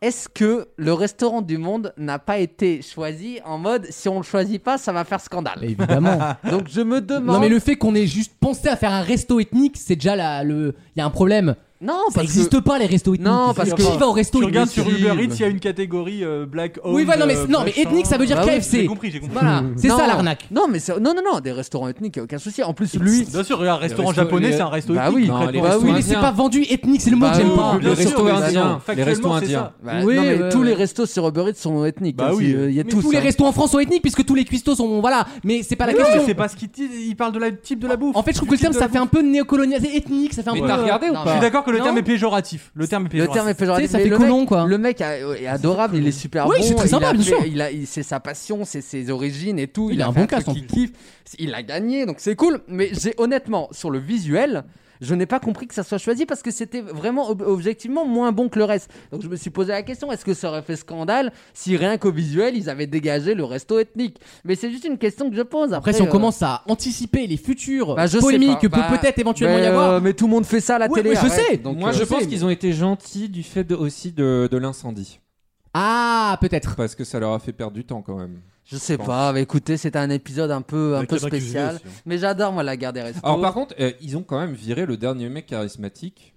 [SPEAKER 5] est-ce que le restaurant du monde n'a pas été choisi en mode si on le choisit pas, ça va faire scandale
[SPEAKER 2] Évidemment.
[SPEAKER 5] Donc je me demande.
[SPEAKER 2] Non mais le fait qu'on ait juste pensé à faire un resto ethnique, c'est déjà la, le, il y a un problème.
[SPEAKER 5] Non,
[SPEAKER 2] ça n'existe pas les restos ethniques.
[SPEAKER 5] Non, parce que-
[SPEAKER 2] qui va au resto
[SPEAKER 6] Tu
[SPEAKER 2] ethnique
[SPEAKER 6] regardes sur Uber Eats, il y a une catégorie euh, black owned.
[SPEAKER 2] Oui, voilà, non, mais-
[SPEAKER 6] euh,
[SPEAKER 2] non, mais
[SPEAKER 6] machin.
[SPEAKER 2] ethnique, ça veut dire
[SPEAKER 6] Bah oui,
[SPEAKER 2] KFC.
[SPEAKER 6] J'ai compris, j'ai compris.
[SPEAKER 2] Voilà, c'est
[SPEAKER 5] Non.
[SPEAKER 2] ça l'arnaque.
[SPEAKER 5] Non, mais c'est- non, non, non, des restaurants ethniques, y a aucun souci. En plus, lui.
[SPEAKER 6] Bien sûr, un restaurant japonais, c'est un resto
[SPEAKER 5] Bah
[SPEAKER 6] ethnique,
[SPEAKER 5] oui,
[SPEAKER 6] concrètement.
[SPEAKER 5] les
[SPEAKER 6] Bah
[SPEAKER 5] restos
[SPEAKER 6] oui,
[SPEAKER 2] Mais c'est
[SPEAKER 5] indiens.
[SPEAKER 2] pas vendu ethnique, c'est le mot
[SPEAKER 5] Bah
[SPEAKER 2] que j'aime
[SPEAKER 5] oui,
[SPEAKER 2] pas.
[SPEAKER 5] oui, bien
[SPEAKER 3] Les
[SPEAKER 5] sûr,
[SPEAKER 3] restos
[SPEAKER 5] mais
[SPEAKER 3] indiens.
[SPEAKER 5] attends,
[SPEAKER 3] Les restos
[SPEAKER 6] factuellement, c'est
[SPEAKER 3] indiens.
[SPEAKER 6] ça.
[SPEAKER 5] Bah,
[SPEAKER 2] Oui,
[SPEAKER 5] non, mais
[SPEAKER 2] ouais,
[SPEAKER 5] tous
[SPEAKER 2] ouais.
[SPEAKER 5] les restos sur Uber Eats sont ethniques.
[SPEAKER 6] Bah
[SPEAKER 5] hein,
[SPEAKER 6] oui.
[SPEAKER 5] si, euh, y a
[SPEAKER 2] Mais
[SPEAKER 5] tous,
[SPEAKER 2] tous les
[SPEAKER 5] hein.
[SPEAKER 2] restos en France sont ethniques puisque tous les cuistots sont voilà, mais c'est pas la
[SPEAKER 6] Mais non, mais
[SPEAKER 2] question.
[SPEAKER 6] C'est parce qu'il il parle de la type de la bouffe.
[SPEAKER 2] En fait, je trouve
[SPEAKER 6] Du
[SPEAKER 2] que le
[SPEAKER 6] type
[SPEAKER 2] terme
[SPEAKER 6] de la
[SPEAKER 2] ça fait un peu néocolonial, c'est ethnique, ça fait un
[SPEAKER 3] Mais
[SPEAKER 2] peu. euh,
[SPEAKER 3] t'as regardé ou
[SPEAKER 5] non,
[SPEAKER 6] Je suis
[SPEAKER 3] pas
[SPEAKER 6] d'accord que le
[SPEAKER 2] Non.
[SPEAKER 6] terme est péjoratif. Le terme est
[SPEAKER 5] Le
[SPEAKER 6] péjoratif.
[SPEAKER 5] terme est
[SPEAKER 2] Tu sais,
[SPEAKER 5] péjoratif.
[SPEAKER 2] ça
[SPEAKER 5] mais
[SPEAKER 2] fait
[SPEAKER 5] le
[SPEAKER 2] colon,
[SPEAKER 5] mec-
[SPEAKER 2] quoi.
[SPEAKER 5] Le mec a- est adorable, il est super
[SPEAKER 2] Oui,
[SPEAKER 5] bon.
[SPEAKER 2] hein. c'est très
[SPEAKER 5] il
[SPEAKER 2] sympa,
[SPEAKER 5] a
[SPEAKER 2] bien
[SPEAKER 5] fait-
[SPEAKER 2] sûr.
[SPEAKER 5] il a- il- c'est sa passion, c'est ses origines et tout.
[SPEAKER 2] Il a
[SPEAKER 5] a
[SPEAKER 2] un
[SPEAKER 5] fait
[SPEAKER 2] bon casse,
[SPEAKER 5] truc
[SPEAKER 2] en
[SPEAKER 5] qu'il kiffe. Il a gagné, donc c'est cool. Mais j'ai honnêtement, sur le visuel, je n'ai pas compris que ça soit choisi parce que c'était vraiment ob- objectivement moins bon que le reste. Donc je me suis posé la question est-ce que ça aurait fait scandale si rien qu'au visuel ils avaient dégagé le resto ethnique Mais c'est juste une question que je pose. Après,
[SPEAKER 2] Après, si on
[SPEAKER 5] euh,
[SPEAKER 2] commence à anticiper les futures
[SPEAKER 5] bah, je sais
[SPEAKER 2] polémiques
[SPEAKER 5] pas.
[SPEAKER 2] que peut
[SPEAKER 5] Bah,
[SPEAKER 2] peut-être éventuellement
[SPEAKER 5] mais,
[SPEAKER 2] y avoir,
[SPEAKER 5] euh, mais tout le monde fait ça à la
[SPEAKER 2] Oui,
[SPEAKER 5] télé.
[SPEAKER 2] oui, je
[SPEAKER 5] arrête.
[SPEAKER 2] sais.
[SPEAKER 5] Donc,
[SPEAKER 3] Moi
[SPEAKER 5] euh,
[SPEAKER 3] je
[SPEAKER 5] c'est-
[SPEAKER 3] pense qu'ils ont été gentils du fait de- aussi de de l'incendie.
[SPEAKER 2] ah peut-être.
[SPEAKER 3] Parce que ça leur a fait perdre du temps quand même.
[SPEAKER 5] Je sais pas, bah écoutez, c'est un épisode un peu, un
[SPEAKER 4] Il y a
[SPEAKER 5] peu
[SPEAKER 4] quelqu'un qui
[SPEAKER 5] spécial.
[SPEAKER 4] vit aussi, hein.
[SPEAKER 5] Mais j'adore, moi, la guerre des restos.
[SPEAKER 3] Alors par contre, euh, ils ont quand même viré le dernier mec charismatique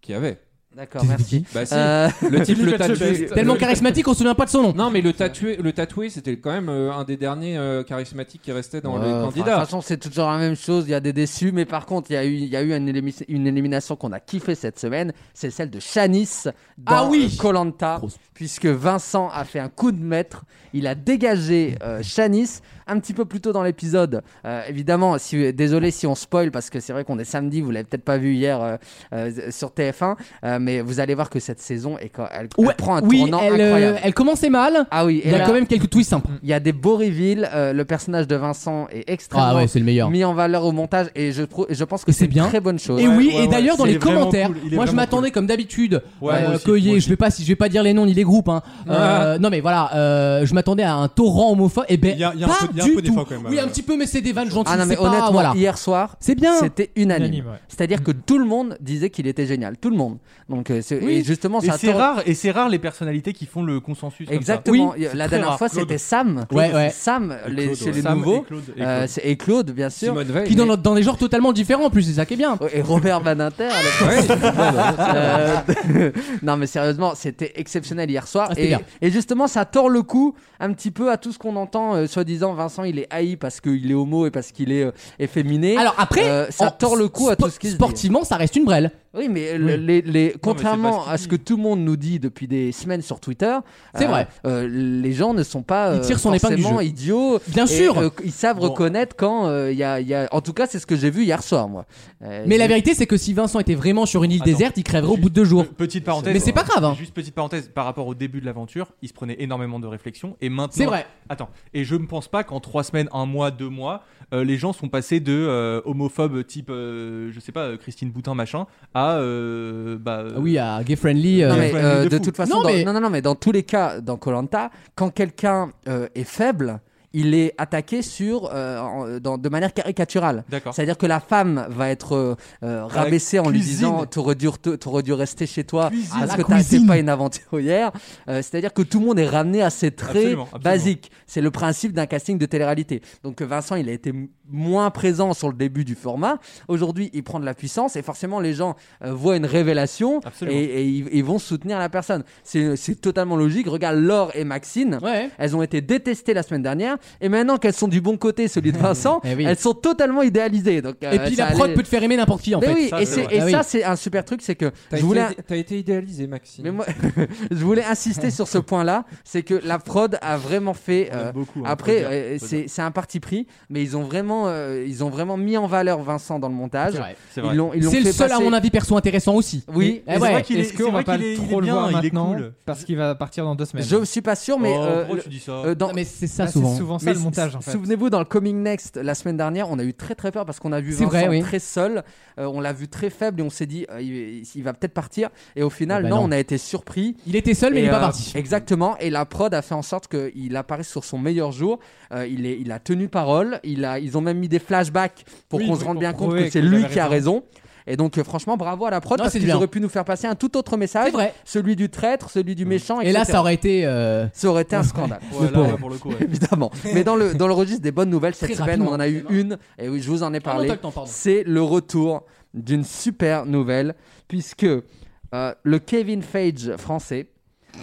[SPEAKER 3] qu'il y avait.
[SPEAKER 5] D'accord, merci.
[SPEAKER 3] Bah si,
[SPEAKER 5] Euh,
[SPEAKER 3] le type le
[SPEAKER 6] Philippe
[SPEAKER 3] tatoué.
[SPEAKER 6] Etchebest.
[SPEAKER 2] Tellement charismatique qu'on se souvient pas de son nom.
[SPEAKER 3] Non mais le tatoué, le tatoué c'était quand même euh, un des derniers euh, charismatiques qui restait dans les
[SPEAKER 5] euh, enfin, De
[SPEAKER 3] candidats.
[SPEAKER 5] toute façon, c'est toujours la même chose. Il y a des déçus, mais par contre, il y a eu, il y a eu une, élimi- une élimination qu'on a kiffée cette semaine. C'est celle de Shanice dans
[SPEAKER 2] Ah oui
[SPEAKER 5] Colanta,
[SPEAKER 2] Grosse.
[SPEAKER 5] puisque Vincent a fait un coup de maître. Il a dégagé euh, Shanice un petit peu plus tôt dans l'épisode. Euh, évidemment, si, désolé si on spoil parce que c'est vrai qu'on est samedi. Vous l'avez peut-être pas vu hier euh, euh, sur TF1, euh, mais vous allez voir que cette saison est quand elle, elle
[SPEAKER 2] Ouais,
[SPEAKER 5] prend un
[SPEAKER 2] oui,
[SPEAKER 5] tournant
[SPEAKER 2] elle, euh,
[SPEAKER 5] incroyable.
[SPEAKER 2] elle commençait mal.
[SPEAKER 5] Ah oui,
[SPEAKER 2] Il y a
[SPEAKER 5] là- Mm.
[SPEAKER 2] quand même quelques twists hein. sympas.
[SPEAKER 5] Il y a des beaux reveals. euh, le personnage de Vincent est extrêmement
[SPEAKER 2] Ah ouais, c'est le meilleur.
[SPEAKER 5] mis en valeur au montage et je, pro- je pense que
[SPEAKER 2] Et
[SPEAKER 5] c'est
[SPEAKER 2] c'est bien.
[SPEAKER 5] une très bonne chose.
[SPEAKER 2] Et
[SPEAKER 6] Ouais,
[SPEAKER 2] oui,
[SPEAKER 6] ouais,
[SPEAKER 2] et
[SPEAKER 6] ouais,
[SPEAKER 2] d'ailleurs dans
[SPEAKER 6] il est
[SPEAKER 2] les
[SPEAKER 6] vraiment
[SPEAKER 2] commentaires,
[SPEAKER 6] cool, il est
[SPEAKER 2] moi je
[SPEAKER 6] vraiment
[SPEAKER 2] m'attendais comme d'habitude
[SPEAKER 6] Ouais, moi aussi,
[SPEAKER 2] que y ait-
[SPEAKER 6] moi aussi.
[SPEAKER 2] je vais pas si je vais pas dire les noms ni les groupes hein. Euh, non mais voilà, euh, je m'attendais à un torrent homophobe et ben
[SPEAKER 4] Il y a- il y a un
[SPEAKER 2] pas
[SPEAKER 4] peu- il y a un
[SPEAKER 2] du
[SPEAKER 4] peu des
[SPEAKER 2] tout.
[SPEAKER 4] fois, quand même,
[SPEAKER 2] oui,
[SPEAKER 4] euh,
[SPEAKER 2] un petit peu mais c'est des vannes gentilles,
[SPEAKER 5] Ah non, mais
[SPEAKER 2] c'est pas-
[SPEAKER 5] honnêtement,
[SPEAKER 2] voilà.
[SPEAKER 5] hier soir,
[SPEAKER 2] C'est bien. Mm.
[SPEAKER 5] c'était unanime.
[SPEAKER 7] Unanime, ouais.
[SPEAKER 5] C'est-à-dire que tout le monde disait qu'il était génial. Tout le monde. Donc, euh, c'est-
[SPEAKER 6] Oui.
[SPEAKER 5] et justement,
[SPEAKER 6] Et
[SPEAKER 5] ça
[SPEAKER 6] c'est rare, et c'est rare les personnalités qui font le consensus. comme ça.
[SPEAKER 5] Exactement.
[SPEAKER 6] Oui, c'est
[SPEAKER 5] La
[SPEAKER 6] très
[SPEAKER 5] dernière
[SPEAKER 6] rare.
[SPEAKER 5] fois,
[SPEAKER 6] Claude.
[SPEAKER 5] c'était Sam.
[SPEAKER 2] Ouais, ouais.
[SPEAKER 5] Sam, les-
[SPEAKER 4] Claude,
[SPEAKER 5] chez
[SPEAKER 4] ouais.
[SPEAKER 5] les
[SPEAKER 4] Sam
[SPEAKER 5] nouveaux.
[SPEAKER 4] et Claude, et
[SPEAKER 5] Euh,
[SPEAKER 4] Claude.
[SPEAKER 5] c'est- Et Claude, bien sûr.
[SPEAKER 3] Simone Veil.
[SPEAKER 2] qui dans, dans des genres totalement différents en plus, c'est ça qui est bien.
[SPEAKER 5] Et Robert Badinter. à l'époque.
[SPEAKER 3] Ouais.
[SPEAKER 5] Euh, non mais sérieusement, c'était exceptionnel hier soir
[SPEAKER 2] Ah, c'était
[SPEAKER 5] et,
[SPEAKER 2] bien.
[SPEAKER 5] et justement ça tord le cou un petit peu à tout ce qu'on entend euh, soi-disant Vincent il est haï parce qu'il est homo et parce qu'il est euh, efféminé.
[SPEAKER 2] Alors après,
[SPEAKER 5] Euh, ça
[SPEAKER 2] en-
[SPEAKER 5] tord le cou à
[SPEAKER 2] spo-
[SPEAKER 5] tout ce qui se dit.
[SPEAKER 2] sportivement, ça reste une brêle.
[SPEAKER 5] Oui mais le- les, les- contrairement
[SPEAKER 6] ce qu'il
[SPEAKER 5] à ce que tout le monde nous dit depuis des semaines sur Twitter,
[SPEAKER 2] C'est
[SPEAKER 5] euh,
[SPEAKER 2] vrai.
[SPEAKER 5] euh, les gens ne sont pas
[SPEAKER 2] Ils
[SPEAKER 5] euh,
[SPEAKER 2] tirent son épingle du
[SPEAKER 5] forcément
[SPEAKER 2] jeu.
[SPEAKER 5] idiots.
[SPEAKER 2] Bien
[SPEAKER 5] Et,
[SPEAKER 2] sûr.
[SPEAKER 5] euh, ils savent
[SPEAKER 6] Bon.
[SPEAKER 5] reconnaître quand euh, il y, a, il y a. En tout cas, c'est ce que j'ai vu hier soir, moi. Euh,
[SPEAKER 2] Mais la vérité c'est que si Vincent était vraiment sur une île
[SPEAKER 6] Attends.
[SPEAKER 2] déserte, il crèverait au bout de deux jours.
[SPEAKER 6] Pe- Petite parenthèse.
[SPEAKER 2] Mais c'est pas grave, hein.
[SPEAKER 6] Juste petite parenthèse par rapport au début de l'aventure, il se prenait énormément de réflexion et maintenant.
[SPEAKER 2] C'est vrai.
[SPEAKER 6] Attends. Et je ne pense pas qu'en trois semaines, un mois, deux mois, euh, les gens sont passés de euh, homophobes type, euh, je sais pas, euh, Christine Boutin machin, à euh, bah. euh,
[SPEAKER 2] Ah Oui, à gay friendly. euh,
[SPEAKER 5] Non, mais,
[SPEAKER 6] Ouais,
[SPEAKER 5] euh,
[SPEAKER 6] de
[SPEAKER 5] de
[SPEAKER 6] fou.
[SPEAKER 5] toute façon,
[SPEAKER 2] Non,
[SPEAKER 5] dans-
[SPEAKER 2] mais-
[SPEAKER 5] non, non, non, mais dans tous les cas, dans Colanta, quand quelqu'un euh, est faible, il est attaqué sur, euh, en- dans- de manière caricaturale.
[SPEAKER 6] euh, D'accord.
[SPEAKER 5] C'est-à-dire que la femme va être euh, euh, rabaissée en lui
[SPEAKER 6] cuisine.
[SPEAKER 5] disant T'aurais dû, re- t'aurais dû rester chez toi
[SPEAKER 6] Cuisine.
[SPEAKER 5] parce
[SPEAKER 6] Ah,
[SPEAKER 5] que
[SPEAKER 6] la
[SPEAKER 5] t'as été
[SPEAKER 6] cuisine.
[SPEAKER 5] pas une aventurière. Euh, C'est-à-dire que tout le monde est ramené à ses traits
[SPEAKER 6] Absolument, absolument.
[SPEAKER 5] basiques. C'est le principe d'un casting de télé-réalité. Donc euh, Vincent, il a été m- moins présent sur le début du format. Aujourd'hui, il prend de la puissance et forcément, les gens euh, voient une révélation et,
[SPEAKER 6] Absolument.
[SPEAKER 5] et ils, ils vont soutenir la personne. C'est c'est totalement logique. Regarde Laure et Maxine. Elles ont été détestées la semaine dernière et maintenant qu'elles sont du bon côté, celui de Vincent,
[SPEAKER 2] Eh oui.
[SPEAKER 5] elles sont totalement idéalisées. Donc, euh,
[SPEAKER 2] Et puis
[SPEAKER 5] ça
[SPEAKER 2] la prod
[SPEAKER 5] allait-
[SPEAKER 2] peut te faire aimer n'importe qui en
[SPEAKER 5] mais
[SPEAKER 2] fait.
[SPEAKER 5] oui, et, c'est- et
[SPEAKER 2] Ah oui.
[SPEAKER 5] ça, c'est un super truc, c'est que
[SPEAKER 3] T'as
[SPEAKER 5] je voulais,
[SPEAKER 3] été, t'as été idéalisé, Maxime.
[SPEAKER 5] mais moi, je voulais insister sur ce point-là, c'est que la prod a vraiment fait. euh,
[SPEAKER 6] beaucoup, hein,
[SPEAKER 5] après,
[SPEAKER 6] faut dire,
[SPEAKER 5] euh,
[SPEAKER 6] faut
[SPEAKER 5] c'est c'est un parti pris, mais ils ont vraiment, euh, ils ont vraiment mis en valeur Vincent dans le montage.
[SPEAKER 2] C'est vrai.
[SPEAKER 6] C'est
[SPEAKER 5] Ils
[SPEAKER 6] vrai.
[SPEAKER 5] l'ont, Ah, ils l'ont
[SPEAKER 2] C'est le
[SPEAKER 5] fait
[SPEAKER 2] seul, à
[SPEAKER 5] passer-
[SPEAKER 2] mon avis, perso intéressant aussi.
[SPEAKER 5] Oui.
[SPEAKER 2] Eh
[SPEAKER 6] Mais c'est
[SPEAKER 2] ouais.
[SPEAKER 6] vrai qu'il est-
[SPEAKER 7] Est-ce
[SPEAKER 6] c'est
[SPEAKER 7] qu'on va
[SPEAKER 6] vrai
[SPEAKER 7] pas
[SPEAKER 6] qu'il est-
[SPEAKER 7] le
[SPEAKER 6] il est
[SPEAKER 7] trop le
[SPEAKER 6] bien,
[SPEAKER 7] voir
[SPEAKER 6] il est
[SPEAKER 7] maintenant Oh,
[SPEAKER 6] cool.
[SPEAKER 7] parce qu'il va partir dans deux semaines
[SPEAKER 5] Je suis pas sûr, mais
[SPEAKER 6] Oh,
[SPEAKER 5] euh,
[SPEAKER 6] pourquoi
[SPEAKER 5] le-
[SPEAKER 6] tu dis ça
[SPEAKER 5] euh, dans-
[SPEAKER 2] Non, mais c'est
[SPEAKER 7] Ah,
[SPEAKER 2] ça
[SPEAKER 7] c'est
[SPEAKER 2] souvent.
[SPEAKER 7] souvent ça
[SPEAKER 5] Mais
[SPEAKER 7] le
[SPEAKER 5] s-
[SPEAKER 7] montage en
[SPEAKER 5] s-
[SPEAKER 7] fait.
[SPEAKER 5] Souvenez-vous, dans le Coming Next, la semaine dernière, on a eu très très peur parce qu'on a vu
[SPEAKER 2] C'est
[SPEAKER 5] Vincent
[SPEAKER 2] vrai, oui.
[SPEAKER 5] très seul, euh, on l'a vu très faible et on s'est dit, euh, il, il va peut-être partir. Et au
[SPEAKER 2] Eh
[SPEAKER 5] final,
[SPEAKER 2] ben
[SPEAKER 5] non,
[SPEAKER 2] non.
[SPEAKER 5] on a été surpris.
[SPEAKER 2] Il était seul, mais
[SPEAKER 5] Et,
[SPEAKER 2] il est pas
[SPEAKER 5] euh,
[SPEAKER 2] parti.
[SPEAKER 5] Exactement. Et la prod a fait en sorte qu'il apparaisse sur son meilleur jour. Euh, il, est, il a tenu parole. Il a, ils ont même mis des flashbacks pour
[SPEAKER 7] Oui,
[SPEAKER 5] qu'on
[SPEAKER 7] oui,
[SPEAKER 5] se rende
[SPEAKER 7] pour
[SPEAKER 5] bien compte
[SPEAKER 7] prouver
[SPEAKER 5] que c'est
[SPEAKER 7] que
[SPEAKER 5] lui
[SPEAKER 7] j'avais
[SPEAKER 5] qui a raison. Et donc, euh, franchement, bravo à la prod
[SPEAKER 2] Non,
[SPEAKER 5] parce
[SPEAKER 2] c'est
[SPEAKER 5] qu'ils
[SPEAKER 2] bien.
[SPEAKER 5] auraient pu nous faire passer un tout autre message.
[SPEAKER 2] C'est vrai. Mm.
[SPEAKER 5] Celui du traître, celui du méchant.
[SPEAKER 2] Et là,
[SPEAKER 5] etc.
[SPEAKER 2] ça aurait été. euh,
[SPEAKER 5] ça aurait été un scandale.
[SPEAKER 6] Ouais, là,
[SPEAKER 2] pauvre.
[SPEAKER 6] ouais, pour le coup, ouais.
[SPEAKER 5] Évidemment. Mais dans le, dans le registre des bonnes nouvelles, cette
[SPEAKER 2] Très
[SPEAKER 5] semaine, on en a eu
[SPEAKER 2] rapidement.
[SPEAKER 5] une. Et oui, je vous en ai
[SPEAKER 2] Ah non,
[SPEAKER 5] parlé.
[SPEAKER 2] t'as le temps, pardon.
[SPEAKER 5] C'est le retour d'une super nouvelle, puisque euh, le Kevin Feige français.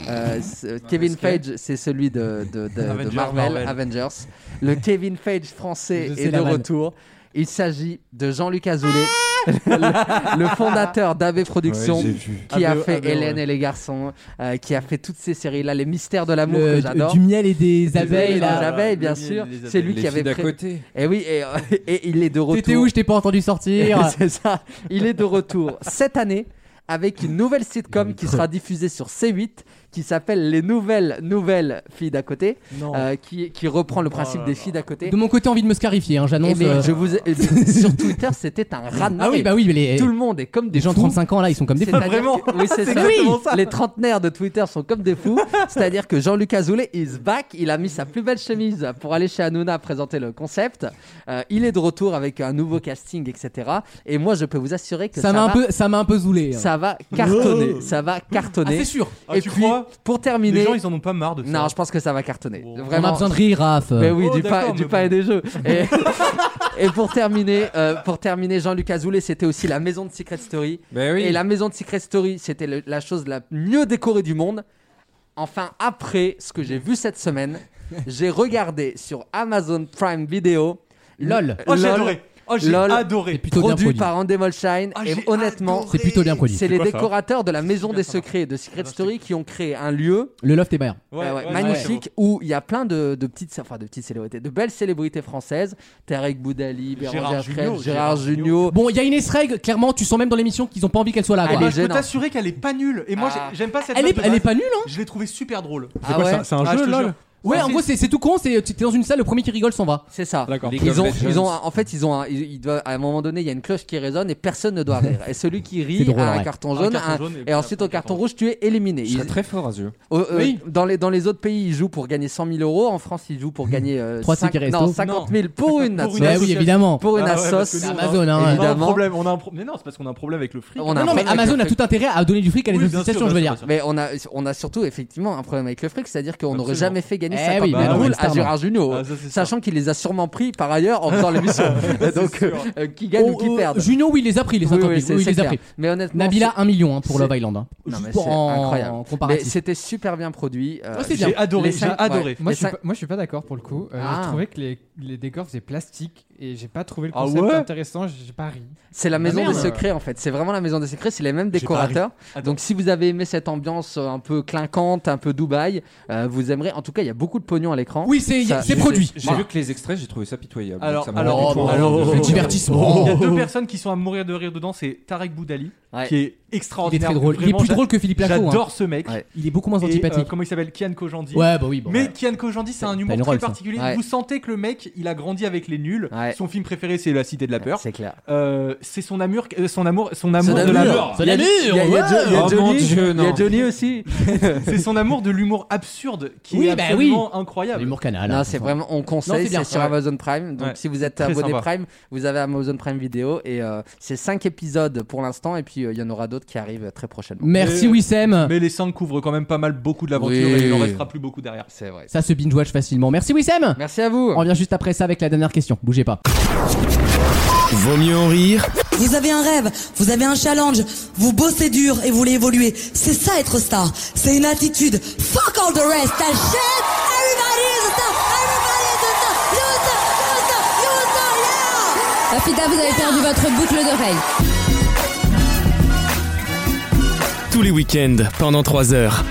[SPEAKER 5] euh, ce- Kevin Feige, c'est celui de, de- de- de
[SPEAKER 6] Avengers,
[SPEAKER 5] Marvel,
[SPEAKER 6] Marvel.
[SPEAKER 5] Avengers. Le Kevin Feige français
[SPEAKER 2] Je sais
[SPEAKER 5] est de
[SPEAKER 2] la vanne.
[SPEAKER 5] retour. Il s'agit de Jean-Luc Azoulay, le, le fondateur d'AB Productions, qui a
[SPEAKER 4] ABO,
[SPEAKER 5] fait
[SPEAKER 4] ABO,
[SPEAKER 5] Hélène
[SPEAKER 4] ouais.
[SPEAKER 5] et les garçons, euh, qui a fait toutes ces séries-là, les mystères de l'amour
[SPEAKER 2] le-
[SPEAKER 5] que j'adore.
[SPEAKER 2] du miel et des abeilles
[SPEAKER 5] Les
[SPEAKER 2] là.
[SPEAKER 5] abeilles, bien
[SPEAKER 6] Les-
[SPEAKER 5] sûr.
[SPEAKER 6] les
[SPEAKER 5] C'est
[SPEAKER 6] abeilles.
[SPEAKER 5] lui
[SPEAKER 3] Les
[SPEAKER 5] qui avait
[SPEAKER 3] filles d'à
[SPEAKER 5] pré-
[SPEAKER 3] côté.
[SPEAKER 5] Et oui, et, euh, et il est de retour.
[SPEAKER 2] T'étais où Je t'ai pas entendu sortir.
[SPEAKER 5] C'est ça. Il est de retour cette année avec une nouvelle sitcom qui sera diffusée sur C8 qui s'appelle Les Nouvelles Nouvelles Filles d'à côté, euh, qui, qui reprend le
[SPEAKER 2] Oh
[SPEAKER 5] principe des filles d'à côté.
[SPEAKER 2] De mon côté, envie de me scarifier. hein,
[SPEAKER 5] Et
[SPEAKER 2] J'annonce.
[SPEAKER 5] mais
[SPEAKER 2] euh,
[SPEAKER 5] je vous ai- eh bien, sur Twitter, c'était un raz
[SPEAKER 2] Ah oui, bah oui, mais les,
[SPEAKER 5] Tout le monde est comme des
[SPEAKER 2] les gens de
[SPEAKER 5] fous.
[SPEAKER 2] 35 ans là, ils sont comme des fous.
[SPEAKER 5] C'est-à-dire
[SPEAKER 6] Vraiment
[SPEAKER 5] que- Oui, c'est
[SPEAKER 6] C'est
[SPEAKER 5] ça.
[SPEAKER 6] exactement ça.
[SPEAKER 5] Les trentenaires de Twitter sont comme des fous. C'est-à-dire que Jean-Luc Azoulay is back. Il a mis sa plus belle chemise pour aller chez Hanouna présenter le concept. Euh, il est de retour avec un nouveau casting, etc. Et moi, je peux vous assurer que ça,
[SPEAKER 2] Ça m'a un
[SPEAKER 5] va-
[SPEAKER 2] peu, ça m'a un peu zoulé. hein.
[SPEAKER 5] ça va cartonner. Ça va
[SPEAKER 2] Ah,
[SPEAKER 5] cartonner.
[SPEAKER 2] c'est sûr.
[SPEAKER 6] Ah,
[SPEAKER 5] Et
[SPEAKER 6] tu
[SPEAKER 5] puis,
[SPEAKER 6] crois
[SPEAKER 5] pour terminer,
[SPEAKER 6] Les gens, ils en ont pas marre de ça.
[SPEAKER 5] non, je pense que ça va cartonner.
[SPEAKER 6] Bon.
[SPEAKER 2] On
[SPEAKER 5] Vraiment.
[SPEAKER 2] a besoin de rire, Raph.
[SPEAKER 5] Mais oui,
[SPEAKER 6] Oh,
[SPEAKER 5] du, pain,
[SPEAKER 6] d'accord,
[SPEAKER 5] du
[SPEAKER 6] mais
[SPEAKER 5] pain
[SPEAKER 6] bon.
[SPEAKER 5] et des jeux. Et, et pour terminer, euh, pour terminer, Jean-Luc Azoulay, c'était aussi la maison de Secret Story.
[SPEAKER 3] Ben oui.
[SPEAKER 5] Et la maison de Secret Story, c'était le- la chose la mieux décorée du monde. Enfin, après ce que j'ai vu cette semaine, j'ai regardé sur Amazon Prime Video
[SPEAKER 2] LOL.
[SPEAKER 6] Oh, j'ai
[SPEAKER 5] LOL,
[SPEAKER 6] adoré. Oh, j'ai
[SPEAKER 5] Lol.
[SPEAKER 6] adoré.
[SPEAKER 2] Plutôt bien
[SPEAKER 5] produit
[SPEAKER 2] produit.
[SPEAKER 5] par Endemol Shine.
[SPEAKER 6] Ah,
[SPEAKER 5] et
[SPEAKER 6] j'ai
[SPEAKER 5] honnêtement,
[SPEAKER 2] C'est plutôt bien produit.
[SPEAKER 5] c'est les
[SPEAKER 4] quoi ça
[SPEAKER 5] décorateurs de la maison des secrets de Secret
[SPEAKER 6] Attends, je
[SPEAKER 5] Story qui ont créé un lieu
[SPEAKER 2] Le loft est bien.
[SPEAKER 5] euh, ouais,
[SPEAKER 6] ouais,
[SPEAKER 5] magnifique où il y a plein de, de petites enfin de petites célébrités de belles célébrités françaises Tarek Boudali Bérangère
[SPEAKER 6] Gérard Jugnot,
[SPEAKER 5] Frêne Gérard
[SPEAKER 6] Gérard
[SPEAKER 5] Jugnot
[SPEAKER 2] Bon, il y a Inès Reg, clairement, tu sens même dans l'émission qu'ils ont pas envie qu'elle soit là.
[SPEAKER 5] Ah,
[SPEAKER 6] Eh
[SPEAKER 2] quoi.
[SPEAKER 5] mais
[SPEAKER 6] ben,
[SPEAKER 5] elle
[SPEAKER 6] je
[SPEAKER 5] est
[SPEAKER 6] peux
[SPEAKER 5] gênante.
[SPEAKER 6] t'assurer qu'elle est pas nulle. Et moi,
[SPEAKER 5] Ah.
[SPEAKER 6] j'ai- j'aime pas cette
[SPEAKER 2] Elle
[SPEAKER 6] meuf
[SPEAKER 2] est,
[SPEAKER 6] de
[SPEAKER 2] elle est
[SPEAKER 6] base.
[SPEAKER 2] pas nulle, hein
[SPEAKER 6] Je l'ai trouvée super drôle.
[SPEAKER 5] Ah
[SPEAKER 4] quoi,
[SPEAKER 5] ouais,
[SPEAKER 4] c'est un- c'est un
[SPEAKER 6] Ah, je
[SPEAKER 4] jeu,
[SPEAKER 6] te
[SPEAKER 4] lol
[SPEAKER 6] jure.
[SPEAKER 2] Ouais, en
[SPEAKER 6] c'est-
[SPEAKER 2] gros, c'est c'est tout con, c'est tu- t'es dans une salle, le premier qui rigole s'en va.
[SPEAKER 5] c'est ça
[SPEAKER 4] D'accord.
[SPEAKER 3] League
[SPEAKER 5] ils
[SPEAKER 3] of
[SPEAKER 5] ont,
[SPEAKER 3] Legends.
[SPEAKER 5] ils ont, un- en fait, ils ont, un- ils, ils doivent, à un moment donné, il y a une cloche qui résonne et personne ne doit rire. Et celui qui rit
[SPEAKER 2] C'est drôle,
[SPEAKER 5] a un
[SPEAKER 2] ouais.
[SPEAKER 5] carton
[SPEAKER 6] Un
[SPEAKER 5] jaune,
[SPEAKER 6] carton
[SPEAKER 5] un-
[SPEAKER 6] jaune, et
[SPEAKER 5] et
[SPEAKER 6] puis
[SPEAKER 5] ensuite
[SPEAKER 6] après,
[SPEAKER 5] au carton
[SPEAKER 6] carton
[SPEAKER 5] rouge, tu es éliminé.
[SPEAKER 3] Je serais
[SPEAKER 5] Ils-
[SPEAKER 3] très fort à yeux.
[SPEAKER 5] au- euh,
[SPEAKER 6] Oui.
[SPEAKER 5] dans, les, dans les autres pays, ils jouent pour gagner 100 000 euros. En France, ils jouent pour gagner euh,
[SPEAKER 2] Trois
[SPEAKER 5] cinq-
[SPEAKER 2] tickets
[SPEAKER 5] non,
[SPEAKER 2] resto.
[SPEAKER 5] 50 000 pour une
[SPEAKER 6] Pour
[SPEAKER 5] assos.
[SPEAKER 6] une
[SPEAKER 2] Bah oui,
[SPEAKER 6] association.
[SPEAKER 2] évidemment.
[SPEAKER 5] Pour une
[SPEAKER 6] Ah ouais, parce
[SPEAKER 5] assos.
[SPEAKER 6] que nous, on a-
[SPEAKER 2] Amazon, hein,
[SPEAKER 6] On a un
[SPEAKER 5] évidemment.
[SPEAKER 6] problème. On a un pro- Mais non, c'est parce qu'on a un problème avec le fric.
[SPEAKER 5] On a
[SPEAKER 2] Non,
[SPEAKER 5] un
[SPEAKER 2] non, mais
[SPEAKER 5] problème avec
[SPEAKER 2] Amazon
[SPEAKER 5] le
[SPEAKER 2] a
[SPEAKER 5] fric.
[SPEAKER 2] tout intérêt à donner du fric à les
[SPEAKER 6] Oui, bien
[SPEAKER 2] associations,
[SPEAKER 6] sûr,
[SPEAKER 2] je veux
[SPEAKER 6] bien
[SPEAKER 2] dire.
[SPEAKER 6] sûr, bien sûr.
[SPEAKER 5] Mais on a, on a surtout effectivement un problème avec le fric, c'est-à-dire qu'on n'aurait
[SPEAKER 6] Absolument.
[SPEAKER 5] jamais fait gagner
[SPEAKER 2] Eh
[SPEAKER 5] 50
[SPEAKER 2] oui,
[SPEAKER 5] 000
[SPEAKER 2] bah non,
[SPEAKER 5] boules
[SPEAKER 2] une
[SPEAKER 5] à
[SPEAKER 2] star,
[SPEAKER 5] Gérard Junio,
[SPEAKER 6] Ah, ça, c'est
[SPEAKER 5] sachant qu'il les a sûrement pris par ailleurs en faisant l'émission. Donc,
[SPEAKER 6] sûr.
[SPEAKER 5] euh, euh, qui gagne ou
[SPEAKER 2] Oh,
[SPEAKER 5] qui
[SPEAKER 2] euh,
[SPEAKER 5] perd.
[SPEAKER 2] Juno, oui, il les a pris, les 50 000.
[SPEAKER 5] Oui, oui,
[SPEAKER 2] Oui,
[SPEAKER 5] c'est-
[SPEAKER 2] il
[SPEAKER 5] c'est
[SPEAKER 2] les a pris.
[SPEAKER 5] clair. Mais honnêtement,
[SPEAKER 2] Nabila,
[SPEAKER 5] c'est-
[SPEAKER 2] 1 million hein, pour
[SPEAKER 5] c'est-
[SPEAKER 2] Love Island. hein.
[SPEAKER 5] Non,
[SPEAKER 2] Juste
[SPEAKER 5] mais
[SPEAKER 2] pour
[SPEAKER 5] c'est
[SPEAKER 2] en-
[SPEAKER 5] incroyable.
[SPEAKER 2] en
[SPEAKER 5] mais
[SPEAKER 2] comparatif.
[SPEAKER 5] c'était super bien produit. euh,
[SPEAKER 2] Ouais, c'est bien.
[SPEAKER 6] J'ai adoré.
[SPEAKER 5] les
[SPEAKER 6] J'ai
[SPEAKER 5] cinq-
[SPEAKER 6] adoré.
[SPEAKER 7] Moi
[SPEAKER 5] Les
[SPEAKER 7] je, suis
[SPEAKER 5] cinq-
[SPEAKER 7] pas, moi, je suis pas d'accord pour le coup. Euh,
[SPEAKER 5] Ah.
[SPEAKER 7] J'ai trouvé que les, les décors faisaient plastique et j'ai pas trouvé le
[SPEAKER 6] Ah
[SPEAKER 7] concept
[SPEAKER 6] ouais
[SPEAKER 7] intéressant. J'ai j'ai pas ri.
[SPEAKER 5] C'est la
[SPEAKER 7] Ah,
[SPEAKER 5] maison
[SPEAKER 7] merde.
[SPEAKER 5] des secrets en fait. C'est vraiment la maison des secrets. C'est les mêmes
[SPEAKER 6] J'ai pas ri.
[SPEAKER 5] décorateurs.
[SPEAKER 6] Attends.
[SPEAKER 5] Donc si vous avez aimé cette ambiance euh, un peu clinquante, un peu Dubaï, euh, vous aimerez. En tout cas, il y a beaucoup de pognon à l'écran.
[SPEAKER 2] Oui, c'est
[SPEAKER 5] Ça,
[SPEAKER 2] c'est
[SPEAKER 5] j'ai-
[SPEAKER 2] produit.
[SPEAKER 3] J'ai
[SPEAKER 2] Voilà.
[SPEAKER 3] vu que les extraits, j'ai trouvé ça pitoyable.
[SPEAKER 6] Alors-
[SPEAKER 3] Ça m'a
[SPEAKER 6] alors-
[SPEAKER 3] rendu tout
[SPEAKER 6] alors-
[SPEAKER 5] euh,
[SPEAKER 3] envie
[SPEAKER 2] Le
[SPEAKER 3] de le faire.
[SPEAKER 2] divertissement.
[SPEAKER 6] Il y a deux personnes qui sont à mourir de rire dedans, c'est Tarek Boudali
[SPEAKER 5] Ouais.
[SPEAKER 6] qui est extraordinaire.
[SPEAKER 2] Il est très drôle. Il est
[SPEAKER 6] Vraiment,
[SPEAKER 2] plus
[SPEAKER 6] j'a-
[SPEAKER 2] drôle que Philippe Lachaud,
[SPEAKER 6] J'adore
[SPEAKER 2] hein.
[SPEAKER 6] ce mec.
[SPEAKER 2] Ouais. Il est beaucoup moins
[SPEAKER 6] Et, euh,
[SPEAKER 2] antipathique.
[SPEAKER 6] comment il s'appelle Kian Kojandi.
[SPEAKER 2] Ouais, bah oui, bon,
[SPEAKER 6] mais
[SPEAKER 2] ouais.
[SPEAKER 6] Kian Kojandi, c'est un
[SPEAKER 2] une
[SPEAKER 6] humour
[SPEAKER 2] rôle,
[SPEAKER 6] très
[SPEAKER 2] ça.
[SPEAKER 6] particulier.
[SPEAKER 2] Ouais.
[SPEAKER 6] Vous sentez que le mec, il a grandi avec les nuls. Son film préféré, c'est La Cité de la Peur.
[SPEAKER 5] C'est clair.
[SPEAKER 6] c'est son amour, euh, son amour, son amour de
[SPEAKER 5] amour.
[SPEAKER 6] la mort.
[SPEAKER 5] Son Il y a- amour, il y a- il y a ouais. Jo- il y a
[SPEAKER 3] Oh,
[SPEAKER 5] Johnny- il y a Johnny aussi.
[SPEAKER 6] c'est son amour de l'humour absurde qui
[SPEAKER 5] Oui,
[SPEAKER 6] est
[SPEAKER 5] bah
[SPEAKER 6] absolument
[SPEAKER 5] oui.
[SPEAKER 6] incroyable.
[SPEAKER 2] L'humour canal.
[SPEAKER 5] Non, c'est vraiment, on conseille, c'est sur Amazon Prime. Donc,
[SPEAKER 6] Ouais.
[SPEAKER 5] si vous êtes
[SPEAKER 6] Très
[SPEAKER 5] abonné
[SPEAKER 6] sympa.
[SPEAKER 5] Prime, vous avez Amazon Prime vidéo. Et euh, c'est 5 épisodes pour l'instant. Et puis, euh, il y en aura d'autres qui arrivent très prochainement.
[SPEAKER 2] Merci, Wissem.
[SPEAKER 6] Mais les 5 couvrent quand même pas mal beaucoup de l'aventure
[SPEAKER 5] Oui.
[SPEAKER 6] et il en restera plus beaucoup derrière.
[SPEAKER 5] C'est vrai.
[SPEAKER 2] Ça se binge-watch facilement. Merci, Wissem.
[SPEAKER 5] Merci à vous.
[SPEAKER 2] On revient juste après ça avec la dernière question. Bougez pas.
[SPEAKER 1] Vaut mieux en rire
[SPEAKER 9] Vous avez un rêve, vous avez un challenge, vous bossez dur et vous voulez évoluer. C'est ça être star. C'est une attitude. Fuck all the rest. That shit. Everybody is a star. Everybody is a star. You a star. You a star. You a star. Yeah.
[SPEAKER 11] Rafida, vous avez perdu votre boucle d'oreille.
[SPEAKER 1] tous les week-ends pendant 3 heures.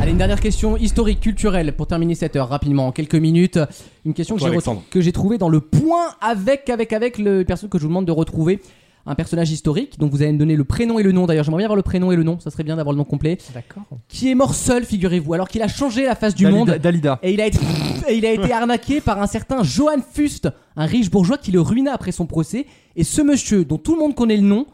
[SPEAKER 2] Allez, une dernière question historique, culturelle, pour terminer cette heure rapidement, en quelques minutes. Une question que
[SPEAKER 1] Toi,
[SPEAKER 2] j'ai
[SPEAKER 1] Alexandre.
[SPEAKER 2] re- que j'ai trouvée dans le point avec, avec, avec le personne que je vous demande de retrouver. Un personnage historique, donc vous allez me donner le prénom et le nom. D'ailleurs, j'aimerais bien avoir le prénom et le nom, ça serait bien d'avoir le nom complet.
[SPEAKER 7] D'accord.
[SPEAKER 2] Qui est mort seul, figurez-vous, alors qu'il a changé la face du
[SPEAKER 6] Dalida-
[SPEAKER 2] monde.
[SPEAKER 6] Dalida.
[SPEAKER 2] Et il a été, et il a été arnaqué par un certain Johann Fust, un riche bourgeois qui le ruina après son procès. Et ce monsieur, dont tout le monde connaît le nom,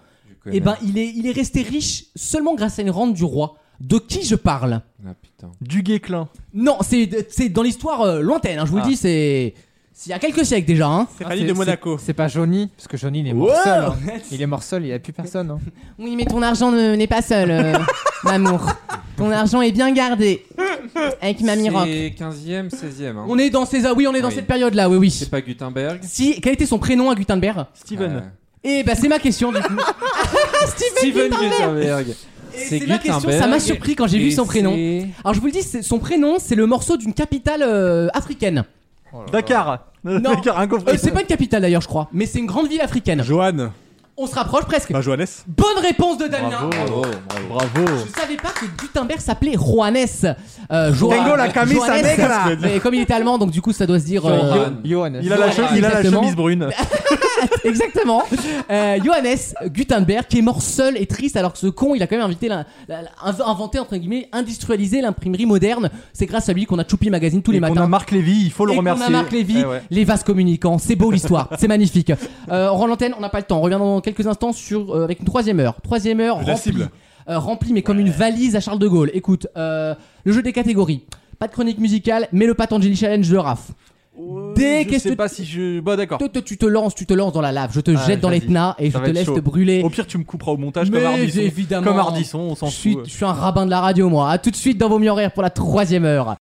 [SPEAKER 3] connais.
[SPEAKER 2] eh ben, il est, il est resté riche seulement grâce à une rente du roi. De qui je parle
[SPEAKER 3] Ah putain.
[SPEAKER 6] Du Guéclin.
[SPEAKER 2] Non, c'est c'est dans l'histoire euh, lointaine, hein, je vous
[SPEAKER 7] Ah.
[SPEAKER 2] le dis, c'est. Il y a quelques siècles déjà, hein.
[SPEAKER 7] Ah, c'est- c'est- C'est pas Johnny, parce que Johnny il est mort
[SPEAKER 2] Wow.
[SPEAKER 7] seul. hein. Il est mort seul, il a plus personne. hein.
[SPEAKER 2] Oui, mais ton argent ne- n'est pas seul, euh, m'amour. Ton argent est bien gardé. Avec Mamie Rock.
[SPEAKER 3] C'est 15e, 16e. hein.
[SPEAKER 2] On est dans ces. ah Oui, on est dans
[SPEAKER 3] Oui.
[SPEAKER 2] cette période-là, oui, oui.
[SPEAKER 3] C'est pas Gutenberg. Euh,
[SPEAKER 2] Si, quel était son prénom à Gutenberg
[SPEAKER 3] Steven.
[SPEAKER 2] Eh ben, c'est ma question, du coup. Steven,
[SPEAKER 3] Steven
[SPEAKER 2] Gutenberg.
[SPEAKER 3] Gutenberg.
[SPEAKER 2] Et C'est ma question, ça m'a surpris quand j'ai vu son prénom. Alors je vous le dis, c'est- son prénom, c'est le morceau d'une capitale euh, africaine.
[SPEAKER 6] Dakar.
[SPEAKER 2] Non, Euh, c'est pas une capitale d'ailleurs, je crois, mais c'est une grande ville africaine.
[SPEAKER 4] Johan.
[SPEAKER 2] On se rapproche presque.
[SPEAKER 4] Pas Johannes.
[SPEAKER 2] Bonne réponse de Damien.
[SPEAKER 4] Bravo.
[SPEAKER 6] Bravo.
[SPEAKER 2] Je savais pas que Gutenberg s'appelait Juanes. Euh, Jo-
[SPEAKER 6] Tengo la camisa
[SPEAKER 2] Johannes.
[SPEAKER 6] negra.
[SPEAKER 2] Mais comme il est allemand, donc du coup ça doit se dire.
[SPEAKER 6] Yo-
[SPEAKER 2] euh,
[SPEAKER 7] Johannes.
[SPEAKER 6] Ah. Il a la, che- il a la
[SPEAKER 2] Exactement. Bah,
[SPEAKER 6] chemise brune.
[SPEAKER 2] Exactement. Euh, Johannes Gutenberg qui est mort seul et triste alors que ce con il a quand même invité l'in- la- la- inv- inventé entre guillemets industrialisé l'imprimerie moderne. C'est grâce à lui qu'on a Choupi Magazine tous les matins.
[SPEAKER 6] On a Marc Lévy, il faut le
[SPEAKER 2] Et qu'on a
[SPEAKER 6] remercier.
[SPEAKER 2] Marc Lévy,
[SPEAKER 6] Eh ouais.
[SPEAKER 2] les vases communicants, c'est beau l'histoire, c'est magnifique. Euh, on rend l'antenne, on n'a pas le temps, on revient dans quelques instants sur, euh, avec une troisième heure. Troisième heure,
[SPEAKER 4] La
[SPEAKER 2] remplie,
[SPEAKER 4] cible.
[SPEAKER 2] Euh, remplie, mais comme une valise à Charles de Gaulle. Écoute, euh, le jeu des catégories, pas de chronique musicale, mais le Patangeli Challenge de Raph. Dès
[SPEAKER 6] Je
[SPEAKER 2] qu'est-ce
[SPEAKER 6] sais
[SPEAKER 2] que
[SPEAKER 6] pas si je. Bah d'accord.
[SPEAKER 2] te- te- tu te lances, tu te lances dans la lave, je te
[SPEAKER 6] Ah,
[SPEAKER 2] jette dans
[SPEAKER 6] vas-y.
[SPEAKER 2] l'Etna et je
[SPEAKER 6] Ça va
[SPEAKER 2] te
[SPEAKER 6] être
[SPEAKER 2] laisse
[SPEAKER 6] chaud.
[SPEAKER 2] te brûler.
[SPEAKER 6] Au pire, tu me couperas au montage
[SPEAKER 2] Mais
[SPEAKER 6] comme Ardisson.
[SPEAKER 2] évidemment.
[SPEAKER 6] Comme Ardisson, on s'en
[SPEAKER 2] Je suis,
[SPEAKER 6] fout.
[SPEAKER 2] je suis un rabbin de la radio, moi. À tout de suite dans vos mieux horaires pour la troisième heure.